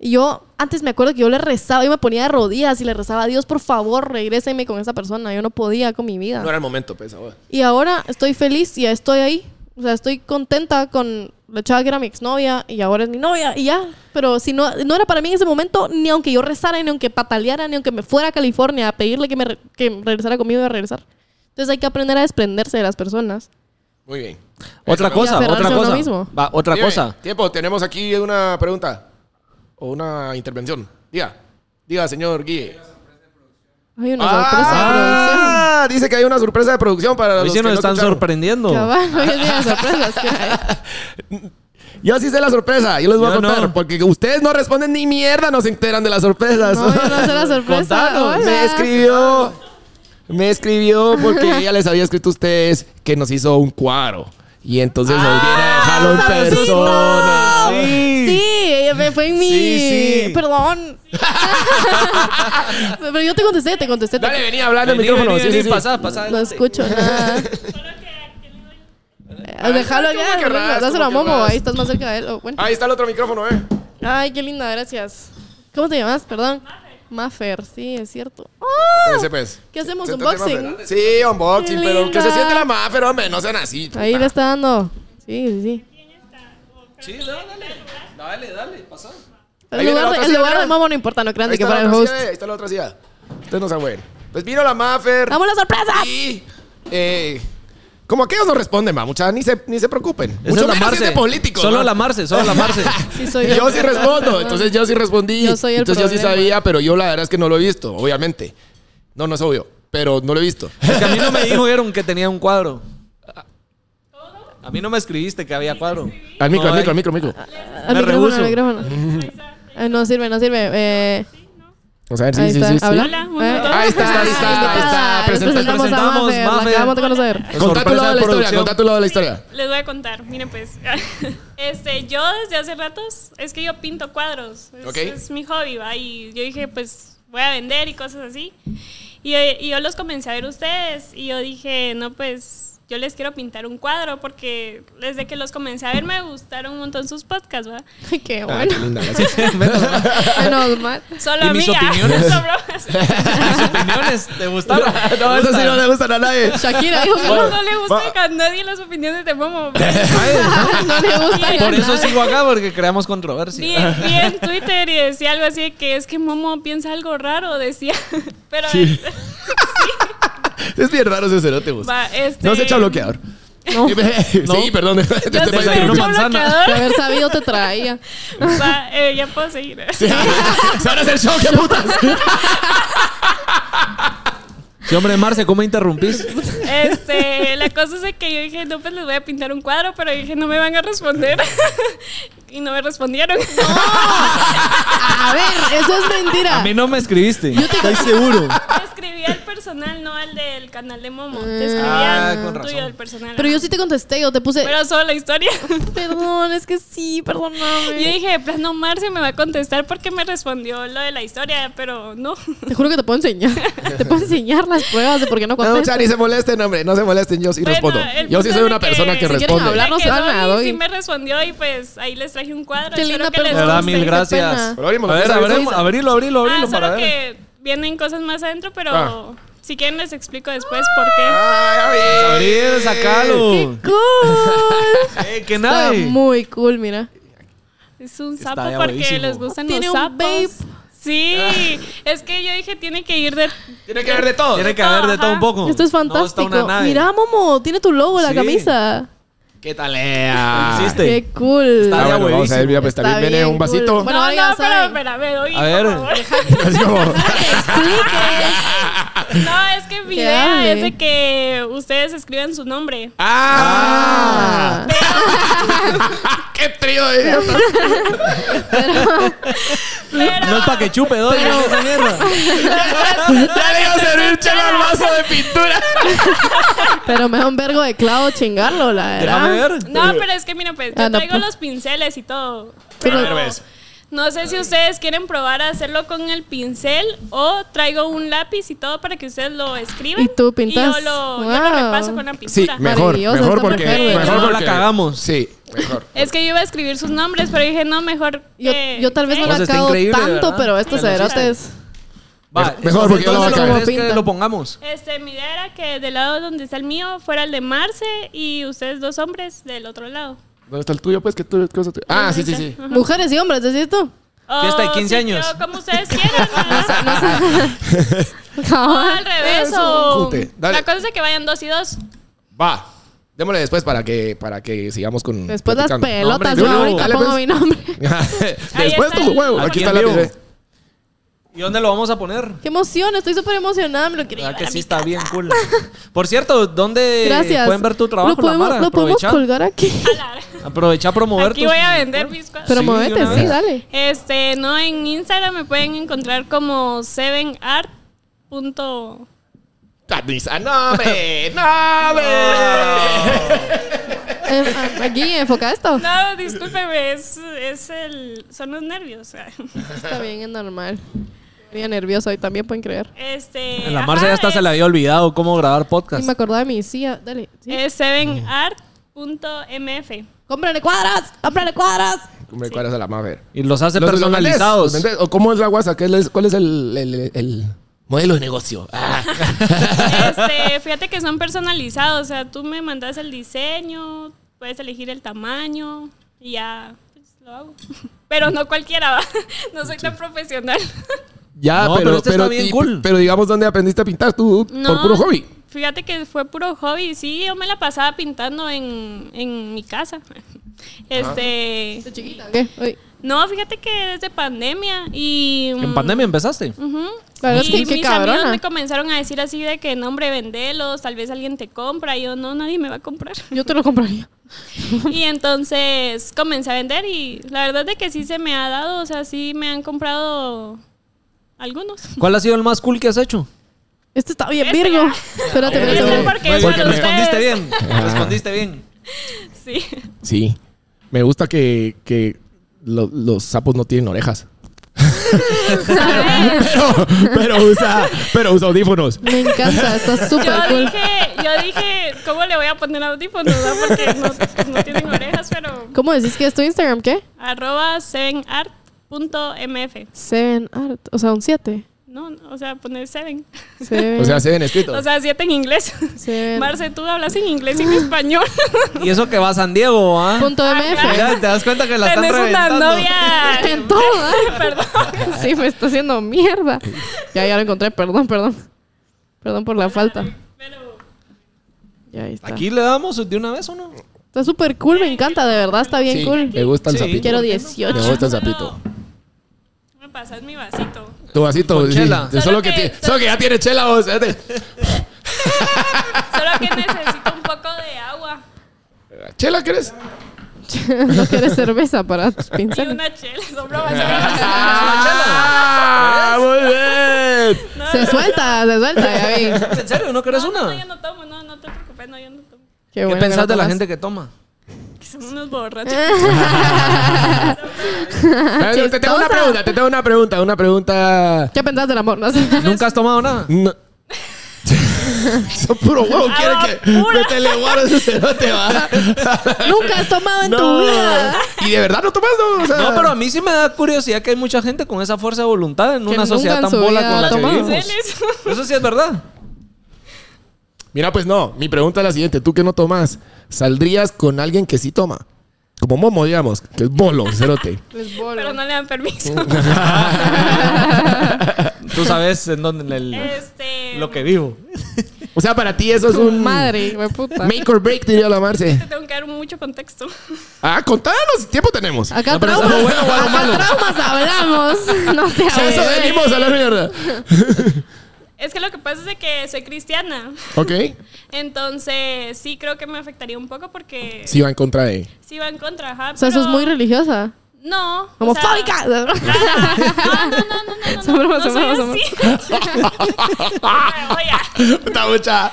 Y yo, antes me acuerdo que yo le rezaba, yo me ponía de rodillas y le rezaba a Dios, por favor, regréseme con esa persona. Yo no podía con mi vida. *laughs* No era el momento, pues. ahora. Y ahora estoy feliz y estoy ahí. O sea, estoy contenta con la chava que era mi exnovia y ahora es mi novia y ya. Pero si no, no era para mí en ese momento, ni aunque yo rezara, ni aunque pataleara, ni aunque me fuera a California a pedirle que me re- que regresara conmigo, iba a regresar. Entonces hay que aprender a desprenderse de las personas. Muy bien. Otra Eso. cosa, aferrarse otra a uno cosa. mismo. Va, otra Dime, cosa. Tiempo, tenemos aquí una pregunta o una intervención. Diga, diga, señor Guille. Hay una sorpresa Ah, dice que hay una sorpresa de producción para Hoy los sí que nos no están escucharon. sorprendiendo. de producción. Cabal, hoy en día sorpresas que hay. Yo sí sé la sorpresa, yo les voy a Yo contar, no. porque ustedes no responden ni mierda, no se enteran de las sorpresas. No, yo no sé *laughs* la sorpresa. Contanos. Hola. Me escribió, me escribió porque ella les había escrito a ustedes que nos hizo un cuadro. Y entonces nos viene a dejarlo en ¡Saludita! persona. Ah, Sí, ella me fue en mi. Sí, sí. Perdón. *laughs* Pero yo te contesté, te contesté. te- Dale, venía a hablar en el Vení, micrófono. vení, sí, vení, sí, sí. pasá, pasá No adelante. escucho nada. Eh, Déjalo ¿cómo que ya, ras? dáselo a ¿Cómo que Momo, ras? ahí estás más cerca de él. oh, bueno. Ahí está el otro micrófono, eh. Ay, qué linda, gracias. ¿Cómo te llamas? Perdón. Mafer, sí, es cierto. ¡Ah! Ese pues. ¿Qué hacemos? Siéntate, ¿Unboxing? Mafer. Sí, unboxing, Qué pero que se linda. siente la mafer, hombre, no sean así. Ahí puta. le está dando. Sí, sí, sí. Sí, dale, dale, dale, pasa. El Ahí viene lugar, la otra de- el silla, lugar mira. de Momo no importa, no crean Ahí de que está para el la otra host. silla, ahí está la otra silla. Ustedes no se güey. Pues vino la mafer. ¡Vamos a la sorpresa! Y, eh, como aquellos no responden, ma, muchachos, ni se, ni se preocupen. Mucho es la menos si es Marce. de político. Solo ¿no? la Marce, solo la Marce. *laughs* Sí, soy yo sí respondo, entonces yo sí respondí. Yo soy el entonces yo sí problema. sabía, pero yo la verdad es que no lo he visto, obviamente. No, no es obvio, pero no lo he visto. Es que a mí no me dijeron que tenía un cuadro. A mí no me escribiste que había cuadro. Al micro, No, al micro, ahí- al micro, al micro. Al Me micrófono, al *laughs* rehúso. micrófono. Ay, no sirve, no sirve. Eh, Vamos a ver, Ahí sí, sí, está. sí, sí. Habla. ¿Eh? Hola, un montón. Ahí está, ahí está, ahí está. Presenta- Presentamos a presentamos, Mafer, la Mafer. acabamos de conocer. Contá tu Sorpresa lado de la historia, producción. contá tu lado de *laughs* la historia. Les voy a contar, miren pues. *laughs* este, yo desde hace ratos, es que yo pinto cuadros. Es, Ok. es mi hobby, ¿va? Y yo dije, pues voy a vender y cosas así. Y, y yo los comencé a ver ustedes y yo dije, no, pues yo les quiero pintar un cuadro porque desde que los comencé a ver me gustaron un montón sus podcasts, ¿va? *laughs* Ay, qué Ah, qué bueno. linda, *laughs* gracias. Menos Ah, mal. Solo ¿Y a mí, mis ¿ah? *laughs* opiniones? No, bromas. *laughs* opiniones te gustaron? *laughs* No, eso sí no le gustan a nadie. Shakira dijo que No, no, no le gusta a nadie las opiniones de no Momo. le *laughs* gusta. Por eso nada. sigo acá, porque creamos controversia. Vi, vi en Twitter y decía algo así de que es que Momo piensa algo raro, decía. *laughs* Pero Es bien raro ese cerote, vos. va, este, No se echa bloqueador. *laughs* Sí, perdón. *laughs* este Te Yo estoy sí desayuno me echo manzana. De bloqueador. haber sabido te traía. Va, eh, ya *laughs* puedo seguir. Se van a hacer show, qué putas. Sí, hombre, Marce, ¿cómo interrumpís? Este, la cosa es de que yo dije, no, pues les voy a pintar un cuadro, pero dije, no me van a responder. *laughs* Y no me respondieron. A ver, eso es mentira. A mí no me escribiste. Estoy seguro. Te *laughs* escribí al personal, no al del canal de Momo. Te Ah, escribí con al tuyo, razón. al personal. Pero yo sí te contesté, yo te puse. Pero solo *laughs* la historia. Perdón, es que sí, Yo perdóname. dije, pues no, Marce me va a contestar porque me respondió lo de la historia, pero no. Te juro que te puedo enseñar. Te puedo enseñar las pruebas de por qué no No, contestas. Chani, se molesten, hombre. No se molesten, yo sí Bueno, respondo. el Yo sí soy punto es una que persona que si quieren responde. hablar, no se Que van a Dori dar hoy. Sí me respondió y pues ahí les traje un cuadro. Qué Espero linda que les pregunta. ¿Verdad? guste. Mil gracias. Qué pena. Abrimos, a ver, abrimos. abremos- abrilo, abrilo, ah, abrilo solo para ver. que vienen cosas más adentro, pero Ah. si quieren les explico después por qué. Ah. Ay, Abrir, sacalo. *laughs* ¡Cool! Eh, que Está nadie. muy cool, mira. Es un Está sapo ya porque buenísimo. Ah. les gustan Tiene los un sapos. vape. Sí, es que yo dije tiene que ir de Tiene que haber de todo. Tiene que haber de todo un poco. Esto es No, está fantástico. una nave. Mira, Momo, tiene tu logo en la Sí. camisa. ¿Qué tal, Lea? Hiciste. Qué cool. Está Ah, ya bueno, vamos a ver, mira, pues Está también viene bien, un vasito. cool. Bueno, no, ahora ya no, pero saben. espera, me doy. A ver. por favor. *laughs* Así como. No, es que mi Que idea hable. es de que ustedes escriban su nombre. ¡Ah! Ah. ¡Qué trío de idiotas! Pero, No es para que chupe, Dori. esa mierda. ¡Ya le iba a servir chelo al vaso de *laughs* pintura! Pero me da un vergo de clavo chingarlo, la Déjame verdad. ver. no, pero es que mira, pues yo Ah, no, traigo pues. los pinceles y todo. Pero- Pero no sé si ustedes quieren probar a hacerlo con el pincel o traigo un lápiz y todo para que ustedes lo escriban. Y tú pintas. Y yo lo, yo Wow. lo repaso con la Sí, pintura. mejor. Maravilloso, Mejor está porque. perfecto. Mejor No la porque- cagamos. Sí, mejor. es que yo iba a escribir sus nombres, pero dije, no, mejor. Yo, que- yo tal vez no Pues la está cago increíble, tanto, ¿verdad? pero estos Bueno, sí. cerotes. Va, Mejor, porque yo la voy a entonces, cagar. ¿crees que Pinta. lo pongamos. Este, mi idea era que del lado donde está el mío fuera el de Marce y ustedes dos hombres del otro lado. ¿Dónde está el tuyo? Pues que tú. ¿qué cosa tuya? Ah, sí, sí, sí. Mujeres y hombres, ¿decís tú? O Fiesta de 15 sitio, años. Como ustedes *laughs* quieran. ¿verdad? O Ah, al revés o... Jute, dale. La cosa es de que vayan dos y dos. Va. Démosle después para que, para que sigamos con. pues, Después las platicando. pelotas, No, yo hombre, yo- ahorita dale, pongo pues. mi nombre. *laughs* *laughs* Ahí después está tu el- huevo. Aquí Aquí en está la vivo. tele. ¿Y dónde lo vamos a poner? Qué emoción, estoy súper emocionada, me lo quería ¿Verdad llevar que a sí mi está casa. bien cool? Por cierto, ¿dónde Gracias. pueden ver tu trabajo, ¿Lo podemos, la Mara? ¿lo podemos Aprovecha, colgar aquí? aprovecha a promover Aquí tus- voy a vender mis cosas. Pero Sí, de muévete, una sí, vez. *laughs* dale. Este, no, en Instagram me pueden encontrar como 7art. Punto... Tatisa, no, hombre. No, *laughs* hombre. Eh, ah, aquí, enfoca esto. No, discúlpeme, es, es el, son los nervios. *laughs* Está bien, es normal. Estoy nerviosa y también pueden creer. Este, En la ajá, Marcia ya hasta se es- le había olvidado cómo grabar Y podcast. me acordaba de mi silla. Dale. ¿sí? Es *laughs* 7art.mf. ¡Cómprale cuadras! ¡Cómprale cuadras! Me cuadras a la mafer. Y los hace Los- los personalizados. vendés, los vendés. ¿O ¿Cómo es la guasa? ¿Qué es- ¿Cuál es el, el- el modelo de negocio? Ah. Este, fíjate que son personalizados, o sea, tú me mandas el diseño, puedes elegir el tamaño y ya pues, lo hago. *laughs* Pero no cualquiera va, *laughs* no soy tan profesional. *laughs* Ya, No, Ah, pero, pero este está bien y- cool. pero digamos, ¿dónde aprendiste a pintar tú? Por No, puro hobby. Fíjate que fue puro hobby, sí, yo me la pasaba pintando en, en mi casa. *laughs* Este, De chiquita, ¿qué? Uy. no, fíjate que desde pandemia y ¿En mm, pandemia empezaste? Ujú. La verdad es y que qué mis cabrona. amigos me comenzaron a decir así de que, no, hombre, vendelos, tal vez alguien te compra. Y yo, no, nadie me va a comprar. Yo te lo compraría. Y entonces comencé a vender y la verdad de que sí se me ha dado, o sea, sí me han comprado algunos. *laughs* ¿Cuál ha sido el más cool que has hecho? Este está bien, Este Virgo. ya. Espérate, Este espérate. porque es para respondiste ustedes. bien. Ah. Respondiste bien. Sí. Sí. Me gusta que, que lo- los sapos no tienen orejas. *laughs* pero, pero usa, pero usa audífonos. Me encanta, está súper *laughs* Yo cool. dije, yo dije, ¿cómo le voy a poner audífonos? no? Porque no, no tienen orejas, pero ¿Cómo decís que es tu Instagram? ¿Qué? arroba 7art.mf. Seven Art. O sea, un 7. No, no, o sea, poner 7. Seven. O sea, se ven escritos. O sea, 7 en inglés. Seven. Marce, tú hablas en inglés y en español. Y eso que va a San Diego, ¿ah? punto MF. Ya te das cuenta que la están Tenés una reventando. novia. En todo. ¿eh? *laughs* Perdón. Sí, me está haciendo mierda. Ya, ya lo encontré. Perdón, perdón. Perdón por la falta. Pero Ya ahí está. ¿Aquí le damos de una vez o no? Está súper cool, me encanta, de verdad, está bien Sí, cool. Me gusta el Sí. sapito. Quiero Me 18. gusta el sapito. me pasas mi vasito. Tu vasito. Con sí. chela. Solo, Solo que, que- ti- solo que ya tiene chela vos. *laughs* Espérate. Solo que necesito un poco de agua ¿Chela querés? *laughs* no quieres cerveza para tus y pinceles. una chela. Son bromas, son bromas. ¡Ah! ¡Muy bien! No, Se no, suelta, se suelta, ya *laughs* vi. ¿En serio? ¿No No, querés no, no, yo una? no tomo, no, no te preocupes, no, yo no tomo. Qué, ¿Qué bueno que pensás no de la tomas. gente que toma? Que son unos borrachos. Pero Te tengo una Chistosa. pregunta, te tengo una pregunta, una pregunta. ¿Qué pensás del amor? No sé. *laughs* ¿Nunca has tomado nada? No. Eso puro Oh, Ah, huevo quiere Agua que pura. me teleguardo *laughs* ese cerote, va. Nunca has tomado en tu vida. Y de verdad no tomas, no. O sea, Ah. No, pero a mí sí me da curiosidad que hay mucha gente con esa fuerza de voluntad en Que una nunca sociedad en tan su bola vida con la ha que tomado. vivimos. Celes. Eso sí es verdad. Mira, pues no. Mi pregunta es la siguiente: ¿tú que no tomas, saldrías con alguien que sí toma? Como Momo, digamos, que es bolo, cerote. Pues bolo. Pero no le dan permiso. Tú sabes en dónde en el- este. lo que vivo. O sea, para ti eso es Tu un. madre, güey, puta. Make or break, diría la Marce. Te tengo que dar mucho contexto. *laughs* Ah, contanos, tiempo tenemos. Acá No, pero es traumas, algo bueno o algo acá malo. traumas hablamos. *laughs* No te Sí, eso hables. venimos a la mierda. Es que lo que pasa es de que soy cristiana. Ok. Entonces, sí creo que me afectaría un poco porque sí, Sí, va en contra de. va en contra. ajá, O sea, sos pero- muy religiosa. No. o *laughs* Homofóbica. sea- Ah, no, no, no, no, no, Son bromas, son no soy bromas, así. *laughs* Oye, Puta mucha.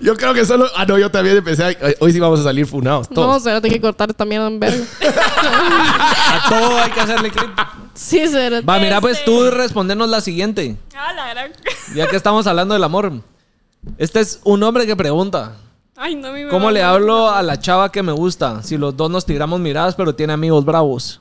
Yo creo que solo. Ah, no, yo también empecé. a- Hoy sí vamos a salir funados. No, Todos. o sea, no tengo que cortar esta mierda en *laughs* verga. A todo hay que hacerle clip. Sí, será. Va, mira, pues Este- tú respondernos la siguiente. Ah, la gran. Ya que estamos hablando del amor. Este es un hombre que pregunta. Ay, no mi ¿Cómo mamá. le hablo a la chava que me gusta? Si los dos nos tiramos miradas, pero tiene amigos bravos.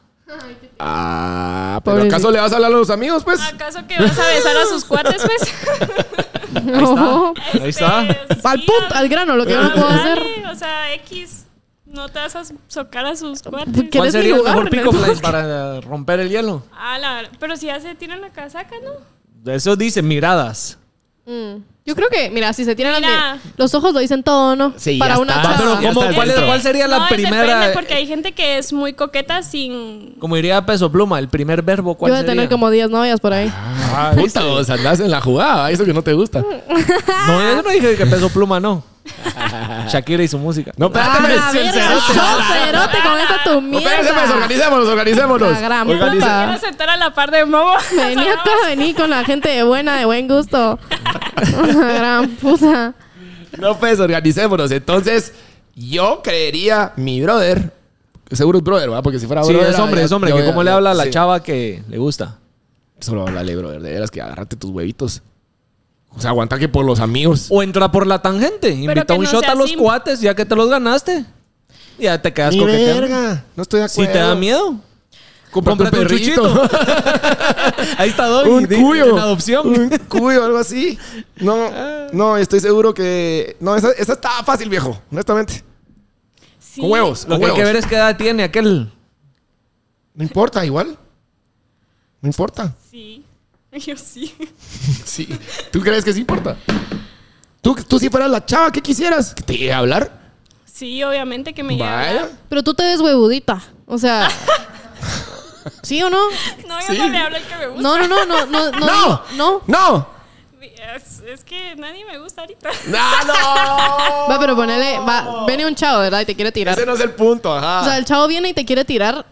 Ah, pero Pobrecito. ¿acaso le vas a hablar a los amigos, pues? ¿Acaso que vas a besar a sus cuates, pues? No. *laughs* Ahí está. Este, Al sí, punto, al grano, lo que yo no puedo hablale, hacer. O sea, X. No te vas a socar a sus cuates. ¿Qué? ¿Cuál ¿Quieres mi sería el lugar mejor en el pico *laughs* bosque? para romper el hielo? Ah, la verdad. Pero si ya se tiran la casaca, ¿no? Eso dice miradas. Mm. Yo creo que, mira, si se tienen las Mira. miradas, los ojos lo dicen todo, ¿no? Sí, Para ya una está. Va, chava. pero ya ¿cómo- está cuál, es- dentro. cuál sería la no, primera? Depende, porque hay gente que es muy coqueta sin. Como diría Peso Pluma, el primer verbo, Yo ¿cuál voy a sería? tener como 10 novias por ahí. Ah, ¿viste? Puta, vos andás en la jugada. Eso que no te gusta. No, yo no dije que Peso Pluma *laughs* no. Shakira y su música. No, espérate, pues. la verga, Cerote. yo, cerote, con esa tu No, espérate, pues. mierda. Organicémonos, organicémonos. La gran Organice- puta. Quiero sentar a la par de Momo. *laughs* Vení acá, vení con la gente de buena, de buen gusto. Gran puta. No, pues, organicémonos. Entonces, yo creería, mi brother, que seguro es brother, ¿verdad? Porque si fuera Sí, brother. es hombre, ya- es hombre. ya Que voy cómo le habla a la sí. chava que le gusta. Solo háblale, brother. De veras que agarrate tus huevitos. O sea, aguanta que por los amigos. O entra por la tangente. Invita que un no shot sea a los así. cuates, ya que te los ganaste. Ya te quedas Ni coqueteando. verga. No estoy de acuerdo. Si te da miedo, Cómprate un cómprate un perrito. chuchito. *laughs* Ahí está Dobby. un di- cuyo. En adopción. Un cuyo, algo así. No, no, estoy seguro que. No, esa, esa está fácil, viejo, honestamente. Sí. Con huevos. Lo con que hay huevos. que ver es qué edad tiene aquel. No importa, igual. No importa. Sí. *laughs* Yo sí. Sí. ¿Tú crees que sí importa? ¿Tú, tú si fueras la chava, ¿qué quisieras? ¿Que te llegue a hablar? Sí, obviamente que me Vaya. llega. Pero tú te ves huevudita. O sea. ¿Sí o no? No, yo no le hablo el que me gusta. No, no, no, no, no, no. ¡No! no. ¡No! Es, es que nadie me gusta ahorita. ¡No, Ah, *laughs* no! Va, pero ponele. Va, viene un chavo, ¿verdad? Y te quiere tirar. Ese no es el punto, O sea, ajá. el chavo viene y te quiere tirar.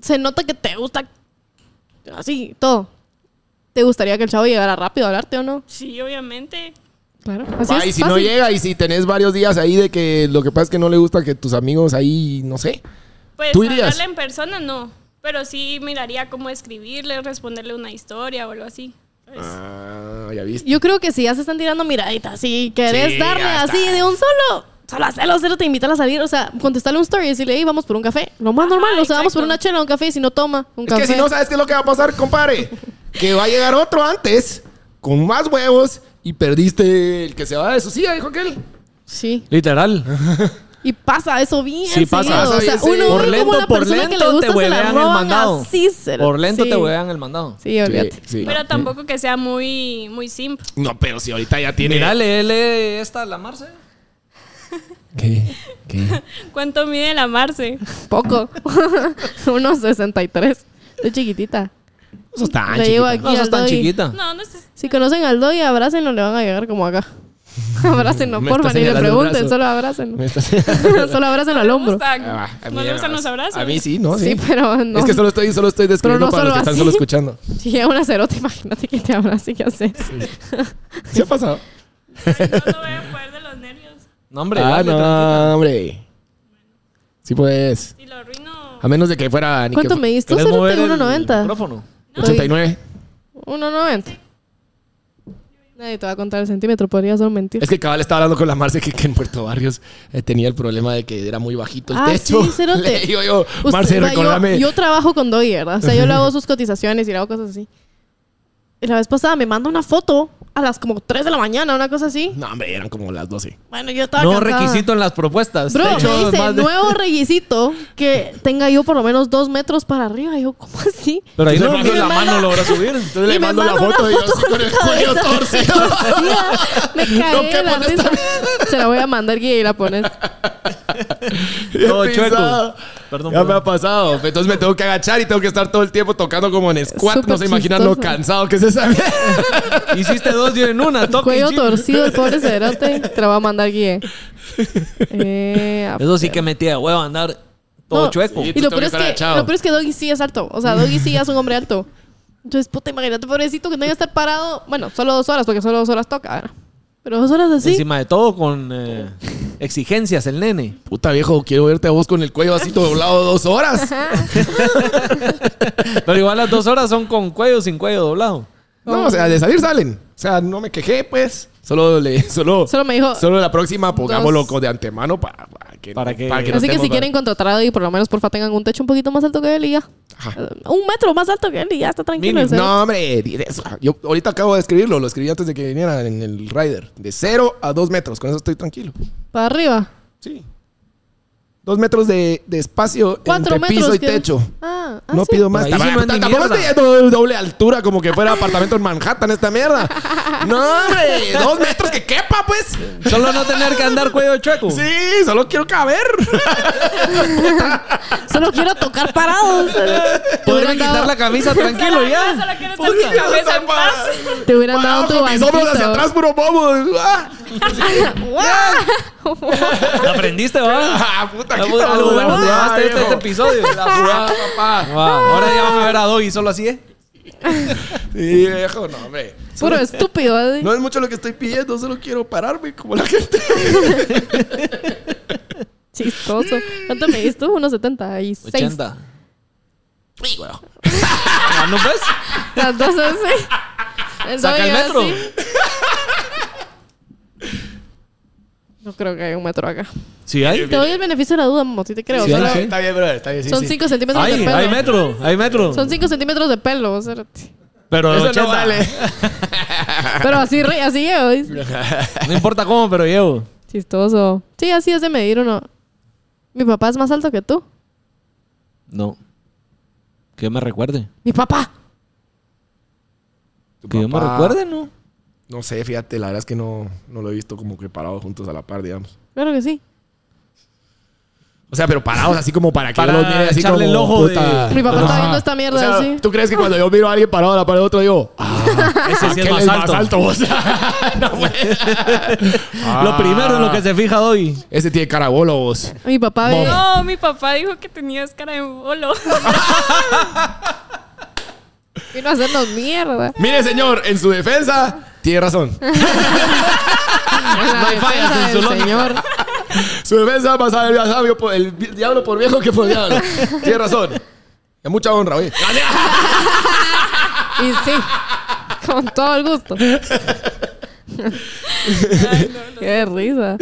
Se nota que te gusta. Así, todo. Te- ¿Te gustaría que el chavo llegara rápido a hablarte o no? *laughs* Sí, obviamente. Claro. Así Va, es. y si fácil. no llega y si tenés varios días ahí de que lo que pasa es que no le gusta que tus amigos ahí, no sé. Pues ¿Tú irías? hablarle en persona no, pero sí miraría cómo escribirle, responderle una historia o algo así. Pues, Ah, ya viste. Yo creo que si ya se están tirando miraditas y querés Sí, darle ya así está. de un solo, solo hacelo, cero te invitan a salir. O sea, contestarle un story y decirle, hey, vamos por un café. Lo más Ajá, normal, o sea, vamos por exacto. una chela, un café, y si no toma, un Es café. que si no, ¿sabes qué es lo que va a pasar, compadre? Que va a llegar otro antes, con más huevos, y perdiste el que se va de su silla, dijo aquel. Sí. Literal. Y pasa eso bien. Sí, pasa. seguido. Pasa o bien sea, uno ve seguido. Por como lento, la por persona que le lento gusta te se la huevean el roban mandado. así, se la- Por lento sí. te huevean el mandado. Sí, olvídate. Sí, sí. Pero tampoco que sea muy, muy simple. No, pero si ahorita ya tiene. Mira, léele esta, la Marce. ¿Qué? ¿Qué? ¿Cuánto mide la Marce? *laughs* Poco. Unos 63. Estoy chiquitita. Eso Le está ancho. llevo chiquita. aquí No, sos al tan doy. chiquita. No, no sé. Si conocen al doy, abrácenlo, le van a llegar como *laughs* acá. Abrácenlo, Me porfa, está ni le señalando un pregunten, brazo. solo abrácenlo. Me está- *laughs* solo abrácenlo al ¿No le hombro. gustan- Ah, va, a mí ¿No le ya gustan me los vas. abrazos? A mí sí, ¿no? Sí, pero no. Es que solo estoy, solo estoy describiendo no para los solo que están así. solo escuchando. Si llega una cerota, imagínate que te abrace y qué haces. ¿Se *laughs* ha pasado? Ay, No lo voy a poder de los nervios. No, hombre. ah, dale, no, tranquila. hombre. Sí, pues. Si lo arruino... A menos de que fuera. ni que ¿Cuánto fu- me diste? ¿Tú ¿Querés mover cerote? el 1.90. micrófono? 89. 1.90. Nadie te va a contar el centímetro, podría solo mentir. Es que Cabal estaba hablando con la Marce que, que en Puerto Barrios eh, tenía el problema de que era muy bajito el Ah, techo. sí, cerote. *laughs* Le digo yo, Usted- Marce, o sea, recordame. Yo, yo trabajo con Doy, ¿verdad? O sea, yo *laughs* le hago sus cotizaciones y le hago cosas así. Y la vez pasada me manda una foto a las como 3 de la mañana, una cosa así. No, hombre, eran como las 12. Bueno, yo estaba No cansada. requisito en las propuestas. Bro, De hecho, me dice, más de- *laughs* nuevo requisito que tenga yo por lo menos dos metros para arriba. Y yo, ¿cómo así? Pero ahí no Entonces le mando la la mano mano. logra subir. Entonces Y *laughs* le me mando la manda una foto y yo foto así con el con la cuello cabeza. *laughs* torcido. Me cagué No, ¿qué de la pones risa. también? *laughs* Se la voy a mandar Guille, y la pones. *laughs* Todo Ya chueco. pisado. Perdón, Ya me perdón. ha pasado. Entonces me tengo que agachar y tengo que estar todo el tiempo tocando como en squat. Súper no se imaginan lo chistoso. cansado que es esa mierda. Hiciste dos y en *laughs* una. toque y Cuello chin. torcido, el pobre cerote. Te la voy a *laughs* mandar Guille. Eh, a- Eso sí que metía huevo a andar todo No, chueco. sí. Y lo tú peor, es también que, agachado. lo peor es que Doggy sí es alto. O sea, Doggy sí ya es un hombre alto. Entonces, puta, imagínate, pobrecito, que tenga que estar parado. Bueno, solo dos horas, porque solo dos horas toca. ¿verdad? Pero dos horas así. Encima de todo con eh, exigencias el nene. *laughs* Puta viejo, quiero verte a vos con el cuello así doblado dos horas. Pero igual las dos horas son con cuello sin cuello doblado. No, o sea, de salir salen. O sea, no me quejé, pues. Solo le, solo, Solo me dijo- Solo la próxima pongámoslo con- de antemano para, para que, Para que- no Así que estemos- si quieren contratar a Doggy, por lo menos, porfa, tengan un techo un poquito más alto que él y ya. Ajá. Un metro más alto que él y ya está Mínimo. tranquilo. el cerote. No, hombre, di- de eso. yo ahorita acabo de escribirlo, lo escribí antes de que viniera en el rider. De 0 a 2 metros, con eso estoy tranquilo. Para arriba. Sí. 2 metros de, de espacio Cuatro entre metros. piso y que- techo. Ah, ah, no sí. pido más. Ahí sí no es ni Tampoco mierda. estoy yendo doble altura como que fuera apartamento en Manhattan esta mierda. No, hombre, dos metros que quepa, pues. Solo no tener que andar cuello chueco. Sí, solo quiero caber. Solo quiero tocar parado. o sea, Te Poderme hubieran quitar la dado, camisa tranquilo Ah, ya. *laughs* Solo quiero estar con la cabeza *laughs* en paz. te hubieran dado tu Mis hombros hacia atrás, banquito. puro bobo. Ah, Aprendiste, va. ah, *laughs* puta, Algo quítalo, algo bueno ah, te llevaste este, viejo. este *laughs* episodio. La Ah, jugada. papá. Wow, Ahora ya vamos a ver a Doggy solo así, ¿eh? Sí, viejo, no, hombre. Puro estúpido. así. No es mucho lo que estoy pidiendo, solo quiero pararme como la gente. Chistoso. ¿Cuánto me diste? 1.76. 80. Ah, ¿No ves? *laughs* Las dos así. *laughs* El Saca doble el metro. así. No creo que haya un metro acá. Sí, hay. Te doy el beneficio de la duda, mamá, si te creo. Sí, Solo- sí. bien, brother, está bien. sí, son sí. 5 centímetros de Hay, pelo. hay metro, hay metro. Son 5 centímetros de pelo. o sea, Pero Eso 80. no vale. Pero así, re- así llevo. dice. No importa cómo, pero llevo. Chistoso. Sí, así es de medir uno. Mi papá es más alto que tú. No. Que me recuerde. Mi papá. Que yo me papá. recuerde, ¿no? No sé, fíjate, la verdad es que no, no lo he visto como que parados juntos a la par, digamos. Claro que sí. O sea, pero parados así como para que Para yo los mire así echarle como el ojo de- Mi papá está Ajá. viendo esta mierda O sea, así. ¿Tú crees que cuando yo miro a alguien parado a la par de otro digo, ah, Ese sí aquel es más alto. *laughs* O sea, no, güey. Lo primero en lo que se fija hoy. Ese tiene carabolo, vos. Mi papá ve. *laughs* No, mi papá dijo que tenías cara de bolo. Vino a hacernos mierda. Mire, señor, en su defensa, tiene razón. La hay fallas defensa en su del lógica. señor. Su defensa más sabe el, sabio por- el vi- diablo por viejo que por diablo. Tiene razón. Es mucha honra, oye. Y sí, con todo el *laughs* gusto. Qué risa.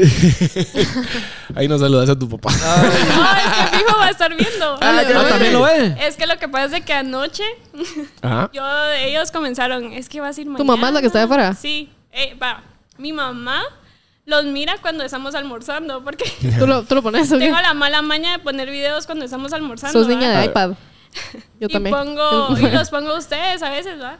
Ahí nos saludas a tu papá. No, es que fijo va a estar viendo. Ah, qué Ah, también lo ve. Es que lo que pasa es que anoche *laughs* Ajá. yo, ellos comenzaron, es que vas a ir mañana. mamá es la que está de fuera? Sí, eh, va. Mi mamá los mira cuando estamos almorzando, *laughs* porque ¿Tú lo, tú lo pones o qué? tengo la mala maña de poner videos cuando estamos almorzando. Sos niña ¿va? de *laughs* iPad. Yo y también. *laughs* Pongo, y los pongo a ustedes a veces, ¿va?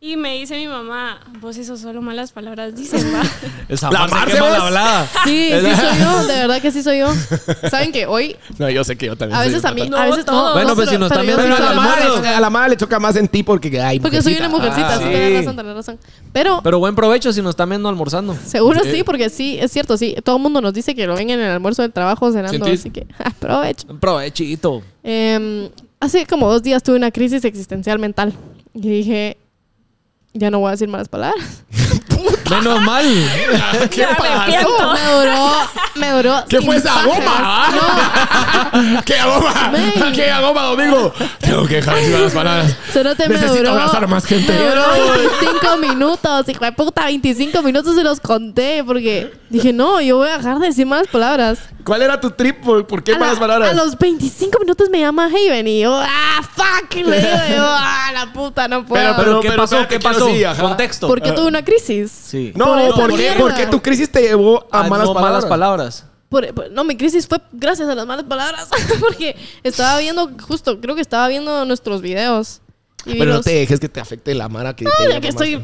Y me dice mi mamá, vos eso solo malas palabras dices, ¿va? *laughs* Esa La Marce, Marce, qué mal ¿ves? hablada. Sí, sí soy yo, de verdad que sí *laughs* soy yo. ¿Saben que Hoy, No, yo sé que yo también. a soy veces un a mí, No, a veces no. todo. Bueno, no, pues, si nos pero están yo viendo sí Pero a la, soy- madre, Almuerzo. a la madre le choca más en ti porque ay, Porque soy una mujercita, Ah, sí, sí. tenés razón, tenés razón. Pero Pero buen provecho si nos están viendo almorzando. seguro sí, porque sí, es cierto, sí. Todo el mundo nos dice que lo ven en el almuerzo del trabajo cenando, ¿Sentís? así que *laughs* aprovecho. Un provechito. Eh, hace como dos días tuve una crisis existencial mental y dije, ya no voy a decir malas *laughs* palabras. Menos mal. Me *laughs* arrepiento. Me duró, me duró. *laughs* ¿Qué sin fue esa pajas. goma? *laughs* ¿Qué goma? Men. ¿Qué goma, Domingo? Tengo que dejar de decir las palabras. *laughs* Solo te me Necesito duró. abrazar más gente. Me *laughs* duró 25 minutos, hijo de puta, 25 minutos se los conté porque dije, no, yo voy a dejar de decir malas palabras. ¿Cuál era tu trip? ¿Por, por qué a la- malas palabras? A los 25 minutos me llama Haven y yo, ah, fuck, y le digo yo, ah, la puta, no puedo. Pero- ah, Pero, ¿qué pero pasó? espérate, ¿Qué quiero pasó? sí, ajá. Contexto. ¿Por qué tuve una crisis? Sí. no, por esa ¿por, qué? mierda. ¿Por qué tu crisis te llevó a Ah, malas, no, palabras? malas palabras. Por- por- no, mi crisis fue gracias a las malas palabras. *laughs* porque estaba viendo, justo, creo que estaba viendo nuestros videos. Y vi Pero no los- te dejes que te afecte la mara que Ah, te de que estoy.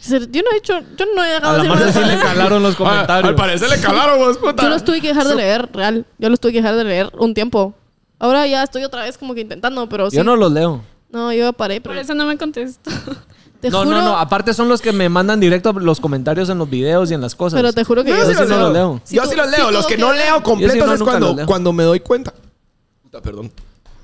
Ser- Yo no he hecho. Yo no he dejado A de la decir Marce malas sí le palabras. calaron los comentarios. Ah, al parecer le calaron vos, *laughs* puta. Yo los tuve que dejar de leer, real. Yo los tuve que dejar de leer un tiempo. Ahora ya estoy otra vez como que intentando, pero sí. Yo no los leo. No, yo paré, Por pero. eso no me contestó. te no, juro. no, no. Aparte son los que me mandan directo los comentarios en los videos y en las cosas. Pero te juro que No, yo yo sí Yo sí los no leo. los leo. Sí, yo tú- sí los sí, leo. tú los que que no lees. leo completos no, es nunca los cuando, leo. cuando me doy cuenta. Puta, perdón.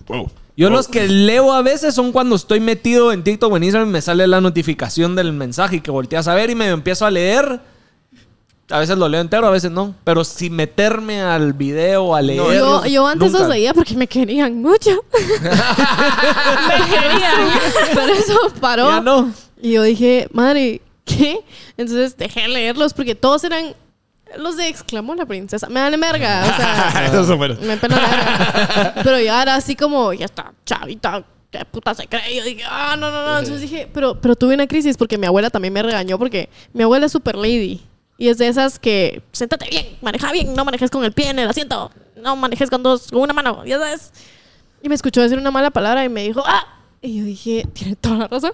Wow. Yo Wow. los que leo a veces son cuando estoy metido en TikTok o en Instagram y me sale la notificación del mensaje y que volteas a ver y me empiezo a leer. A veces lo leo entero, a veces no. Pero si meterme al video, a leer. Yo, yo antes nunca. los leía porque me querían *laughs* mucho. *laughs* Me quería. Pero eso paró. Ya no. Y yo dije, madre, ¿qué? Entonces dejé de leerlos porque todos eran los de exclamó la princesa. Me dan verga. O sea, *laughs* Esos son buenos. me pela la *laughs* verga. Pero ya era así como, ya está, chavita, qué puta se cree. Yo dije, ah, no, no, no. Entonces dije, pero, pero tuve una crisis porque mi abuela también me regañó porque mi abuela es super lady. Y es de esas que, siéntate bien, maneja bien, no manejes con el pie en el asiento, no manejes con dos, con una mano, ya sabes. Y me escuchó decir una mala palabra y me dijo, ah. Y yo dije, tiene toda la razón.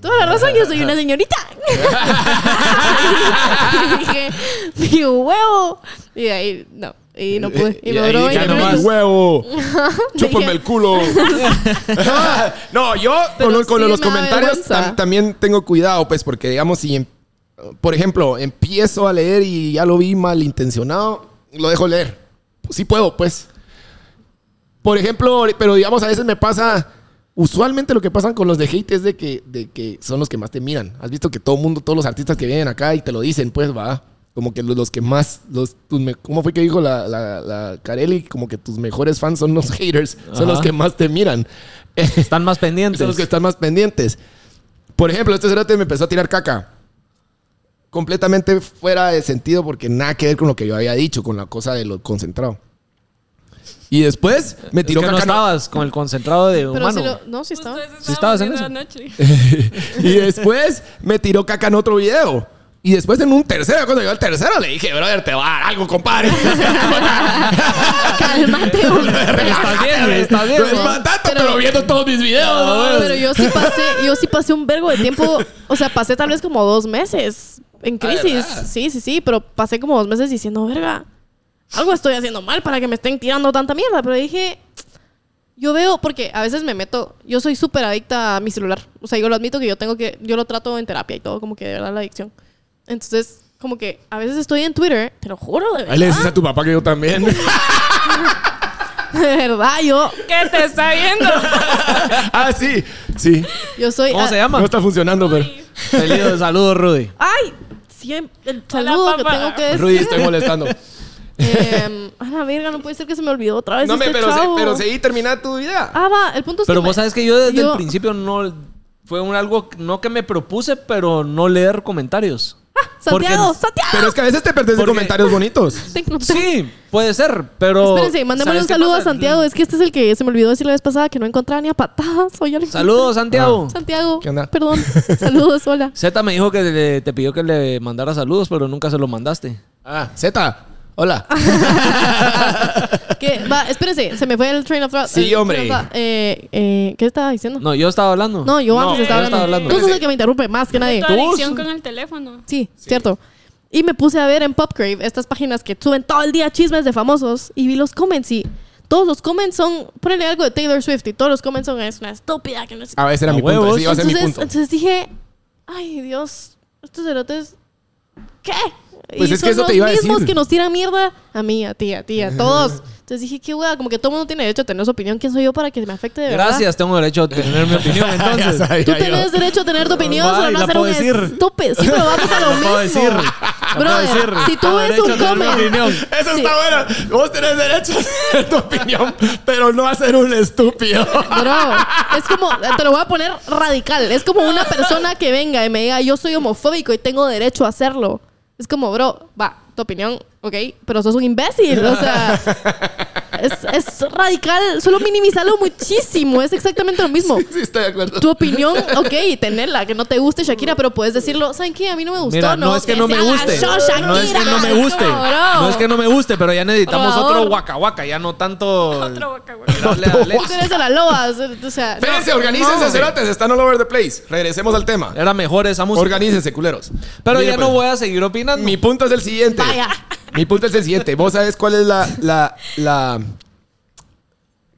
Toda la razón, yo soy una señorita. *laughs* y dije, mi huevo. Y de ahí, no. Y no pude. Y, Eh, Y me ahí duró dije, 20 "No más, minutos. huevo. *laughs* Chúpame Dije- el culo. *laughs* no, yo Pero con, los- con sí los me da comentarios vergüenza. tam- también tengo cuidado, pues, porque digamos, si, em- por ejemplo, empiezo a leer y ya lo vi malintencionado, lo dejo leer. Sí puedo, pues. Por ejemplo, pero digamos, a veces me pasa. Usualmente lo que pasan con los de hate es de que, de que son los que más te miran. Has visto que todo el mundo, todos los artistas que vienen acá y te lo dicen, pues va. Como que los, los que más. Los, tus me- ¿Cómo fue que dijo la, la, la Carelli? Como que tus mejores fans son los *laughs* haters. Son los Ajá. que más te miran. Están más pendientes. Son los que están más pendientes. Por ejemplo, este cerote me empezó a tirar caca. Completamente fuera de sentido porque nada que ver con lo que yo había dicho, con la cosa de lo concentrado. Y después me Es que tiró no caca. no- estabas con el concentrado de Pero humano. si lo, no, sí estaba. Ustedes Sí estabas en estaban viendo anoche. *laughs* y después me tiró caca en otro video. Y después en un tercero, cuando llegó el tercero, le dije, brother, te va a dar algo, compadre. *laughs* Cálmate, hombre. Estás bien, güey, estás bien. No es para tanto, pero, Pero- viendo todos mis videos. ¿no? Pero yo sí pasé, yo sí pasé un vergo de tiempo. O sea, pasé tal vez como dos meses en crisis. Sí, sí, sí, pero pasé como dos meses diciendo, verga, algo estoy haciendo mal para que me estén tirando tanta mierda. Pero dije, yo veo, porque a veces me meto, yo soy súper adicta a mi celular. O sea, yo lo admito que yo tengo que, yo lo trato en terapia y todo, como que de verdad la adicción. Entonces, como que a veces estoy en Twitter, te lo juro, de Ahí le verdad. dices a tu papá que yo *laughs* también. *laughs* De verdad, yo ¿Qué te está viendo? ah, sí. Sí. Yo soy. ¿Cómo ah, se llama? No está funcionando, pero. Uy, Saludos, saludos, *laughs* Rudy. ¡Ay! Siempre, el saludo que papá. tengo que decir. Rudy, estoy molestando. Eh, *laughs* a la verga, no puede ser que se me olvidó otra vez. No me, este pero, se- chavo. pero seguí termina tu idea. Ah, va, el punto es Pero que me- vos sabes que yo desde yo- el principio no. Fue un algo, no que me propuse, pero no leer comentarios. Ah, Porque- Santiago, Santiago. Pero es que a veces te perdés de Porque- comentarios bonitos. *laughs* Tengo- Sí, puede ser, pero. Espérense, mandémosle ¿sabes un qué saludo a pasa? Santiago. Es que este es el que se me olvidó decir la vez pasada que no encontraba ni a patadas. Hoy ya lo encontré. Saludos, Santiago. Santiago. ¿Qué onda? Perdón. *laughs* Saludos, hola. Z me dijo que le- te pidió que le mandara saludos, pero nunca se los mandaste. Ah, Z. *laughs* Hola. ¿Qué? Va, espérense, se me fue el train of thought. Sí, el hombre. train of thought. Eh, eh, ¿Qué estaba diciendo? No, No, yo estaba hablando. yo antes yo estaba, estaba hablando. hablando. Tú sos el que me interrumpe más que nadie. tu ¿Tú? adicción con el teléfono. Sí, cierto. Y me puse a ver en PopCrave estas páginas que suben todo el día chismes de famosos y vi los comments y todos los comments son, ponele algo de Taylor Swift y todos los comments son, "Ah, es una estúpida que no sé. A veces era A mi punto. huevos. ese iba a ser mi entonces, punto. entonces dije, ay Dios, estos cerotes, ¿qué? Pues y es que son eso los te iba a mismos decir. que nos tiran mierda a mí, a ti, a ti, a todos. Entonces dije, qué hueá, como que todo el mundo tiene derecho a tener su opinión. ¿Quién soy yo para que me afecte de verdad? Gracias, tengo derecho a tener *laughs* mi opinión entonces. Ya sabía Tú yo. tenés derecho a tener tu opinión Ay, sobre no la hacer puedo un decir. estúpido. Sí, pero vamos a lo La mismo. puedo decir. *laughs* La puedo Brother, decir. si tú Tengo ves derecho un a tener mi opinión. comment... Eso Sí. está bueno. Vos tenés derecho a tener tu opinión, pero no a ser un estúpido. Bro, es como, te lo voy a poner radical. Es como una persona que venga y me diga, yo soy homofóbico y tengo derecho a hacerlo. Es como, bro, va, tu opinión, ok, pero sos un imbécil. O sea, es, es radical. Solo minimizarlo muchísimo. Es exactamente lo mismo. *laughs* Sí, estoy de acuerdo. Tu opinión, ok, tenerla, que no te guste Shakira, pero puedes decirlo, ¿saben qué? A mí no me gustó, Mira, no es que no me se guste. agachó No es que Shakira. no me Es guste. como, bro. No es que no me guste, pero ya necesitamos Por favor. otro guacahuaca, ya no tanto. Otro boca, boca. *laughs* darle a Alex. Tú eres de la loba, o sea... no. Espérense, organícense, cerotes. Están all over the place. Regresemos al tema. Era mejor esa música. Organícense, culeros. Pero Mire, ya pues, no voy a seguir opinando. Mi punto es el siguiente. Vaya. Mi punto es el siguiente. Vos sabés cuál es la. la, la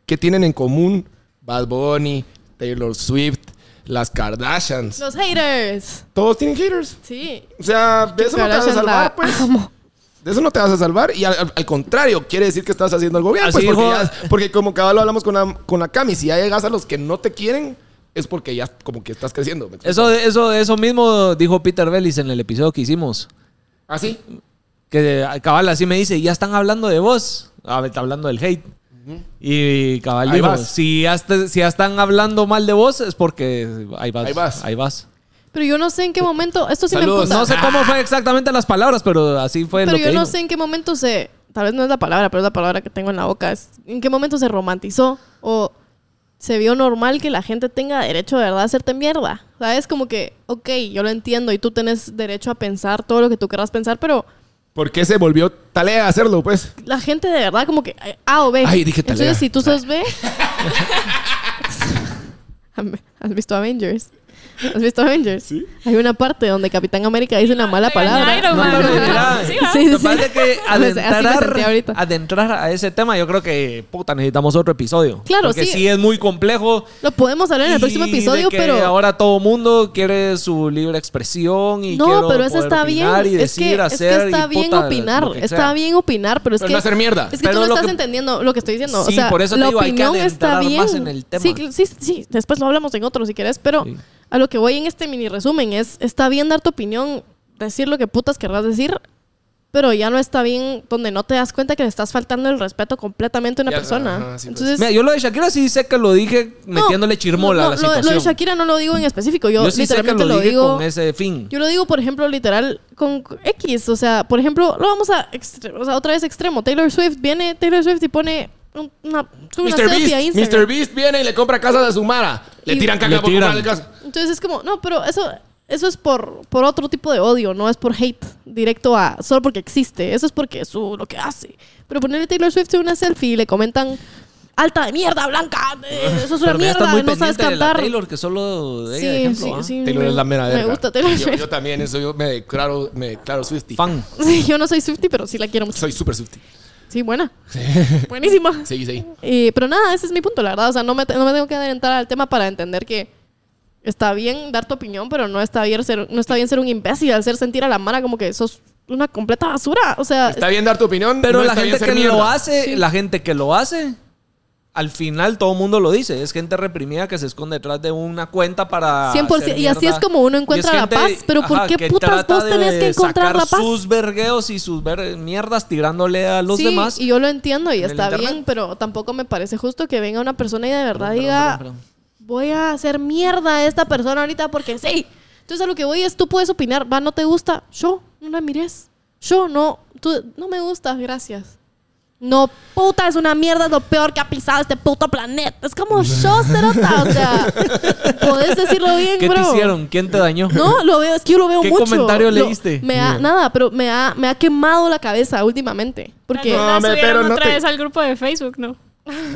¿Qué tienen en común Bad Bunny, Taylor Swift, las Kardashians? Los haters. Todos tienen haters. Sí. O sea, de eso no te vas a Kardashian la salvar, pues. amo. De eso no te vas a salvar. Y al, al- al contrario, quiere decir que estás haciendo algo bien. Así pues, porque, dijo- ya- porque como cada lo hablamos con la, con la Cami, si ya llegas a los que no te quieren, es porque ya como que estás creciendo. ¿me explico? Eso, eso, eso mismo dijo Peter Bellis en el episodio que hicimos. Así. Que cabal así me dice, ya están hablando de vos. A ver, está hablando del hate. Y cabal Ahí dijo, vas. si ya, est- si ya están hablando mal de vos es porque ahí vas. Ahí vas. Ahí vas. Pero yo no sé en qué momento. Esto sí Saludos. me emputa. No sé cómo fue exactamente las palabras, pero así fue pero lo que yo no dijo. sé en qué momento se. Tal vez no es la palabra, pero es la palabra que tengo en la boca. es- ¿En qué momento se romantizó? O se vio normal que la gente tenga derecho de verdad a hacerte mierda. ¿Sabes? Como que, ok, yo lo entiendo y tú tenés derecho a pensar todo lo que tú querrás pensar, pero ¿Por qué se volvió talea hacerlo, pues? la gente de verdad, como que eh, A o B. Ay, dije tarea. Entonces, si tú *laughs* sos B. ¿Has visto Avengers? ¿Has visto Avengers? Hay una parte donde Capitán América dice una mala Soy un palabra. Iron Man. pero mira, Sí, va. Sí, Lo que sí. pasa es que *laughs* Así me adentrar, sentí ahorita. adentrar a ese tema, yo creo que puta, necesitamos otro episodio. Claro, Porque sí. sí es muy complejo. Lo podemos hablar en el y próximo de episodio, que pero. ahora todo mundo quiere su libre expresión y no, quiero pero eso poder está bien. opinar y es, decir, que, es que hacer y está bien puta, opinar. lo que sea. Está bien opinar, pero es Pero que. no hacer mierda. Es que Pero tú no lo estás que- entendiendo lo que estoy diciendo. o Sí, sea, por eso te la digo, hay que opinión está adentrar bien. más en el tema. Sí, cl- sí, sí. Después lo hablamos en otro si quieres, pero Sí. a lo que voy en este mini resumen es: está bien dar tu opinión, decir lo que putas querrás decir. Pero ya no está bien donde no te das cuenta que le estás faltando el respeto completamente a una Ya, persona. ajá, sí, pues. Entonces, Mira, yo lo de Shakira sí sé que lo dije no, metiéndole chirmola no, a la no, lo- situación. Lo, de Shakira no lo digo en específico. Yo, yo sí sé que lo, literalmente lo dije digo. con ese fin. Yo lo digo, por ejemplo, literal con X. O sea, por ejemplo, lo vamos a extre- o sea, otra vez extremo. Taylor Swift viene, Taylor Swift y pone un- una, sube una Mr. selfie a Beast, Instagram. Mr. Beast viene y le compra casa a su Mara. Le Y- Mm, tiran Le caca por tiran. comprarle casa. Entonces es como, no, pero eso, eso es por, por otro tipo de odio, no es por hate directo a solo porque existe. Eso es porque es su- lo que hace. Pero ponerle Taylor Swift en una selfie y le comentan alta de mierda, blanca, eh, eso es una Pero ya estás mierda, muy no sabes pendiente de la cantar. Taylor, que solo de ella, de sí, ejemplo, sí, ¿ah? sí. Taylor me- es la mera Me verga. gusta Taylor Yo, Swift. *laughs* yo también, eso yo me declaro, me declaro Swifty. Fan. Sí, yo no soy Swifty, pero sí la quiero mucho. Soy super Swifty. Sí, buena. *laughs* Buenísima. Seguí, seguí. Eh, pero nada, ese es mi punto, la verdad. O sea, no me, te- no me tengo que adentrar al tema para entender que está bien dar tu opinión, pero no está bien ser, no está bien ser un imbécil, hacer sentir a la mala como que sos una completa basura. O sea, Está bien dar tu opinión, Pero no la está bien gente ser que mierda. lo hace, la gente que lo hace, al final todo el mundo lo dice, es gente reprimida que se esconde detrás de una cuenta para 100%, hacer y así mierda. es como Y uno es encuentra la gente, paz, pero ¿por qué que putas trata vos de tenés que encontrar sacar la paz? sus vergueos y sus ver- mierdas tirándole a los sí, demás. y yo lo entiendo y en el está internet. bien, pero tampoco me parece justo que venga una persona y de verdad Perdón, diga, perdón, perdón. voy a hacer mierda a esta persona ahorita porque sí. Entonces a lo que voy es, tú puedes opinar, va, no te gusta, yo no la mires, yo no, tú no me gusta, gracias. No, puta, es una mierda, es lo peor que ha pisado este puto planeta. Es *laughs* como yo, Cerota, o sea, podés decirlo bien, ¿Qué bro. te hicieron? ¿Quién te dañó? No, lo veo, es que yo lo veo ¿Qué mucho. comentario Lo- leíste? me ha- Yeah. nada, pero me ha, me ha quemado la cabeza últimamente. Porque Tal vez la No, me- subieron pero no otra te- vez al grupo de Facebook, ¿no?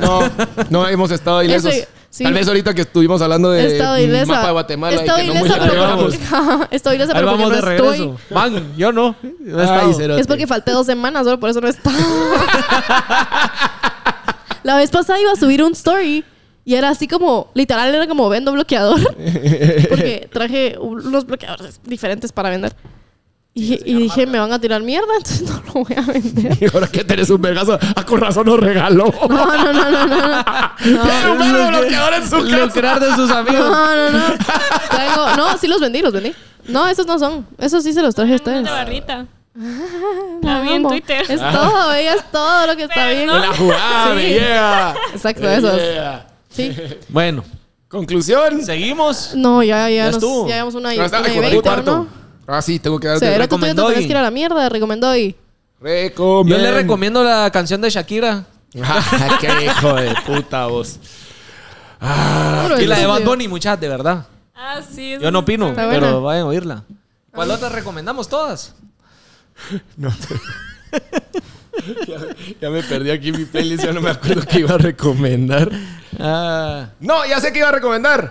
No, *laughs* no hemos estado ilesos. Eso, sí. Tal vez ahorita que estuvimos hablando he de estado ilesa. pues, mapa de Guatemala He estado y que ilesa, no pero mucho porque, *laughs* estoy ilesa, Ahí pero vamos porque no de estoy. regreso. Man, yo no. No he Ay, estado. cerote. Es porque falté dos semanas, solo por eso no *laughs* estaba. la vez pasada iba a subir un story y era así como, literal, era como vendo *laughs* bloqueador. Porque traje unos bloqueadores diferentes para vender. Y, y dije, me van a tirar mierda, entonces no lo voy a vender. *laughs* Y ahora que tenés un vergazo, a con razón nos regaló. No, *laughs* no, no, no, no. no. Tiene un verbo bloqueador en su casa. Lucrar de sus amigos. No, no, no. *laughs* Traigo- no, sí los vendí, los vendí. No, esos no son. Esos sí se los traje a Una ustedes. de barrita. La La vi en amo. Twitter. Es todo, ella es todo lo que está bien. ¿no? La jugada, me *laughs* llega. Exacto, esos. Eh, Yeah. Sí. Bueno, Conclusión. seguimos. No, ya, ya, nos, estuvo. ya llevamos una, Ahora está, una y hijo de veinte, cuarto. ¿no? Ah, sí, tengo que O darte. sea, era tú recomendó tenías y- que ir a la mierda, recomendó y... Recomiendo. Yo le recomiendo la canción de Shakira *laughs* Ah, qué hijo de puta vos. y la de Bad Bunny, muchas, de verdad. Ah, sí. Yo no opino, Está buena. pero vayan a oírla. ¿Cuál otra recomendamos todas? Ya me perdí aquí mi playlist, ya no me acuerdo qué iba a recomendar. Ah, No, ya sé qué iba a recomendar.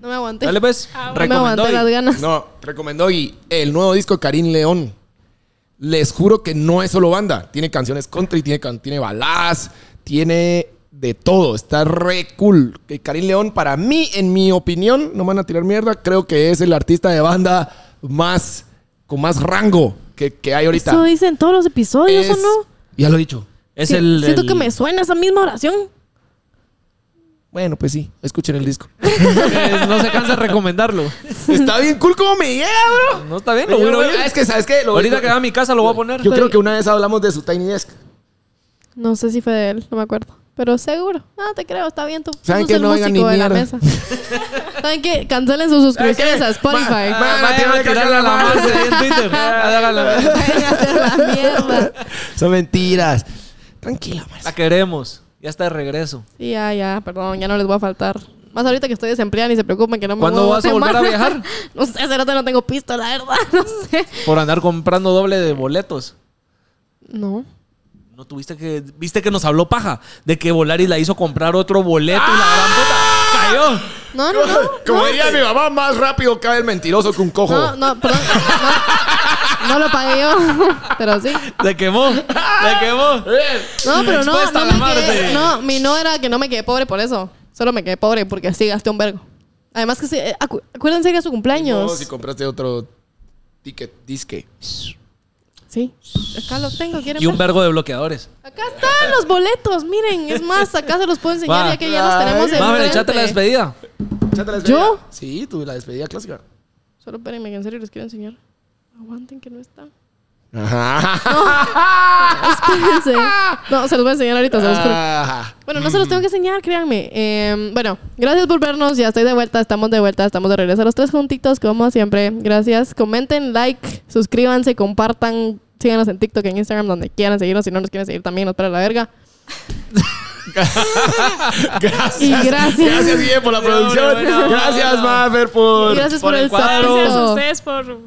No me aguanté. dale pues. Ah, no me Recomendó aguanté y- las ganas. *laughs* No, recomendó y el nuevo disco de Karim León. Les juro que no es solo banda. Tiene canciones country, tiene, can- tiene baladas, tiene de todo. Está re cool. Que Karim León, para mí, en mi opinión, no me van a tirar mierda, creo que es el artista de banda más, con más rango que, que hay ahorita. Eso dicen todos los episodios, ¿o Es- no? Ya lo he dicho. Es Sí, el, Siento el- que me suena esa misma oración. Bueno, pues sí, escuchen el disco. que eh, no se cansa de recomendarlo. Está bien cool como me llega, bro. No está bien, lo voy a oír. Ah, Es que, ¿sabes qué? Lo- Ahorita que va a mi casa lo voy a poner. Yo creo que una vez hablamos de su Tiny Desk. No sé si fue de él, no me acuerdo. Pero seguro. Ah, te creo, está bien tú. ¿Saben Sos qué? el No oigan ni músico de la mierda. *laughs* mesa. ¿Saben qué? Cancelen sus suscripciones a Spotify. Ma- Ah, vayan a tirarle a la madre ahí en Twitter. *laughs* Ah, la- Vayan a hacer la mierda. Son mentiras. Tranquila, Marcia. La queremos. Ya está de regreso. Sí, ya, ya, perdón, ya no les voy a faltar. Más ahorita que estoy desempleada, ni se preocupen que no me ¿Cuándo muevo vas *laughs* a volver a semana. viajar? no sé, ahorita no tengo pisto, la verdad, *laughs* no sé. Por andar comprando doble de boletos. No. No tuviste que. Viste que nos habló paja de que Volaris la hizo comprar otro boleto y la gran puta. ¡Cayó! No, no, no. Como no, diría mi mamá, más rápido cae el mentiroso que un cojo. No, no, perdón. No, no lo pagué yo, *laughs* pero sí. Le quemó. Le quemó. No, pero no, Expuesta no a la me quedé, madre. no, mi no era que no me quedé pobre por eso. Solo me quedé pobre porque sí gasté un vergo. Además que sí, eh, acu- acuérdense que era su No, si cumpleaños. compraste otro ticket, disque. Sí. Acá lo tengo, ¿quieren Y un ver? vergo de bloqueadores. Acá están los boletos, miren, es más, acá se los puedo enseñar Va. ya que ya los tenemos en Va, a ver, echate la despedida. Échate la despedida. ¿Yo? Sí, tú la despedida clásica. Solo espérenme que en serio les quiero enseñar. Aguanten que no están. Ajá. Espérense. No, se los voy a enseñar ahorita, se los juro. Ajá. Bueno, no se los tengo que enseñar, créanme. Eh, bueno, gracias por vernos. Ya estoy de vuelta, estamos de vuelta, estamos de regreso. Los tres juntitos, como siempre. Gracias. Comenten, like, suscríbanse, compartan. Síganos en TikTok, en Instagram, donde quieran seguirnos. Si no nos quieren seguir también, nos para la verga. Gracias. *laughs* Y gracias. Gracias, Guille, por la producción. hombre, bueno. Gracias, Mafer, por. Y gracias por, por el el cuadro. Gracias a saludo. ustedes por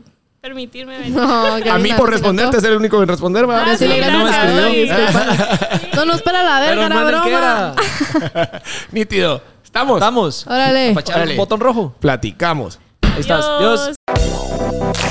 permitirme venir. No, A Karina, mí por te responderte, encantó. ser el único en responder, va. Ah, sí, Decirle gracias. gracias. No me Ay, escribió. disculpa. No nos para la Pero verga, la hermano, ¿qué broma. *laughs* era? Nítido. Estamos. Estamos. Órale. Apachar Órale. el botón rojo. Platicamos. Ahí estás. Dios. Adiós.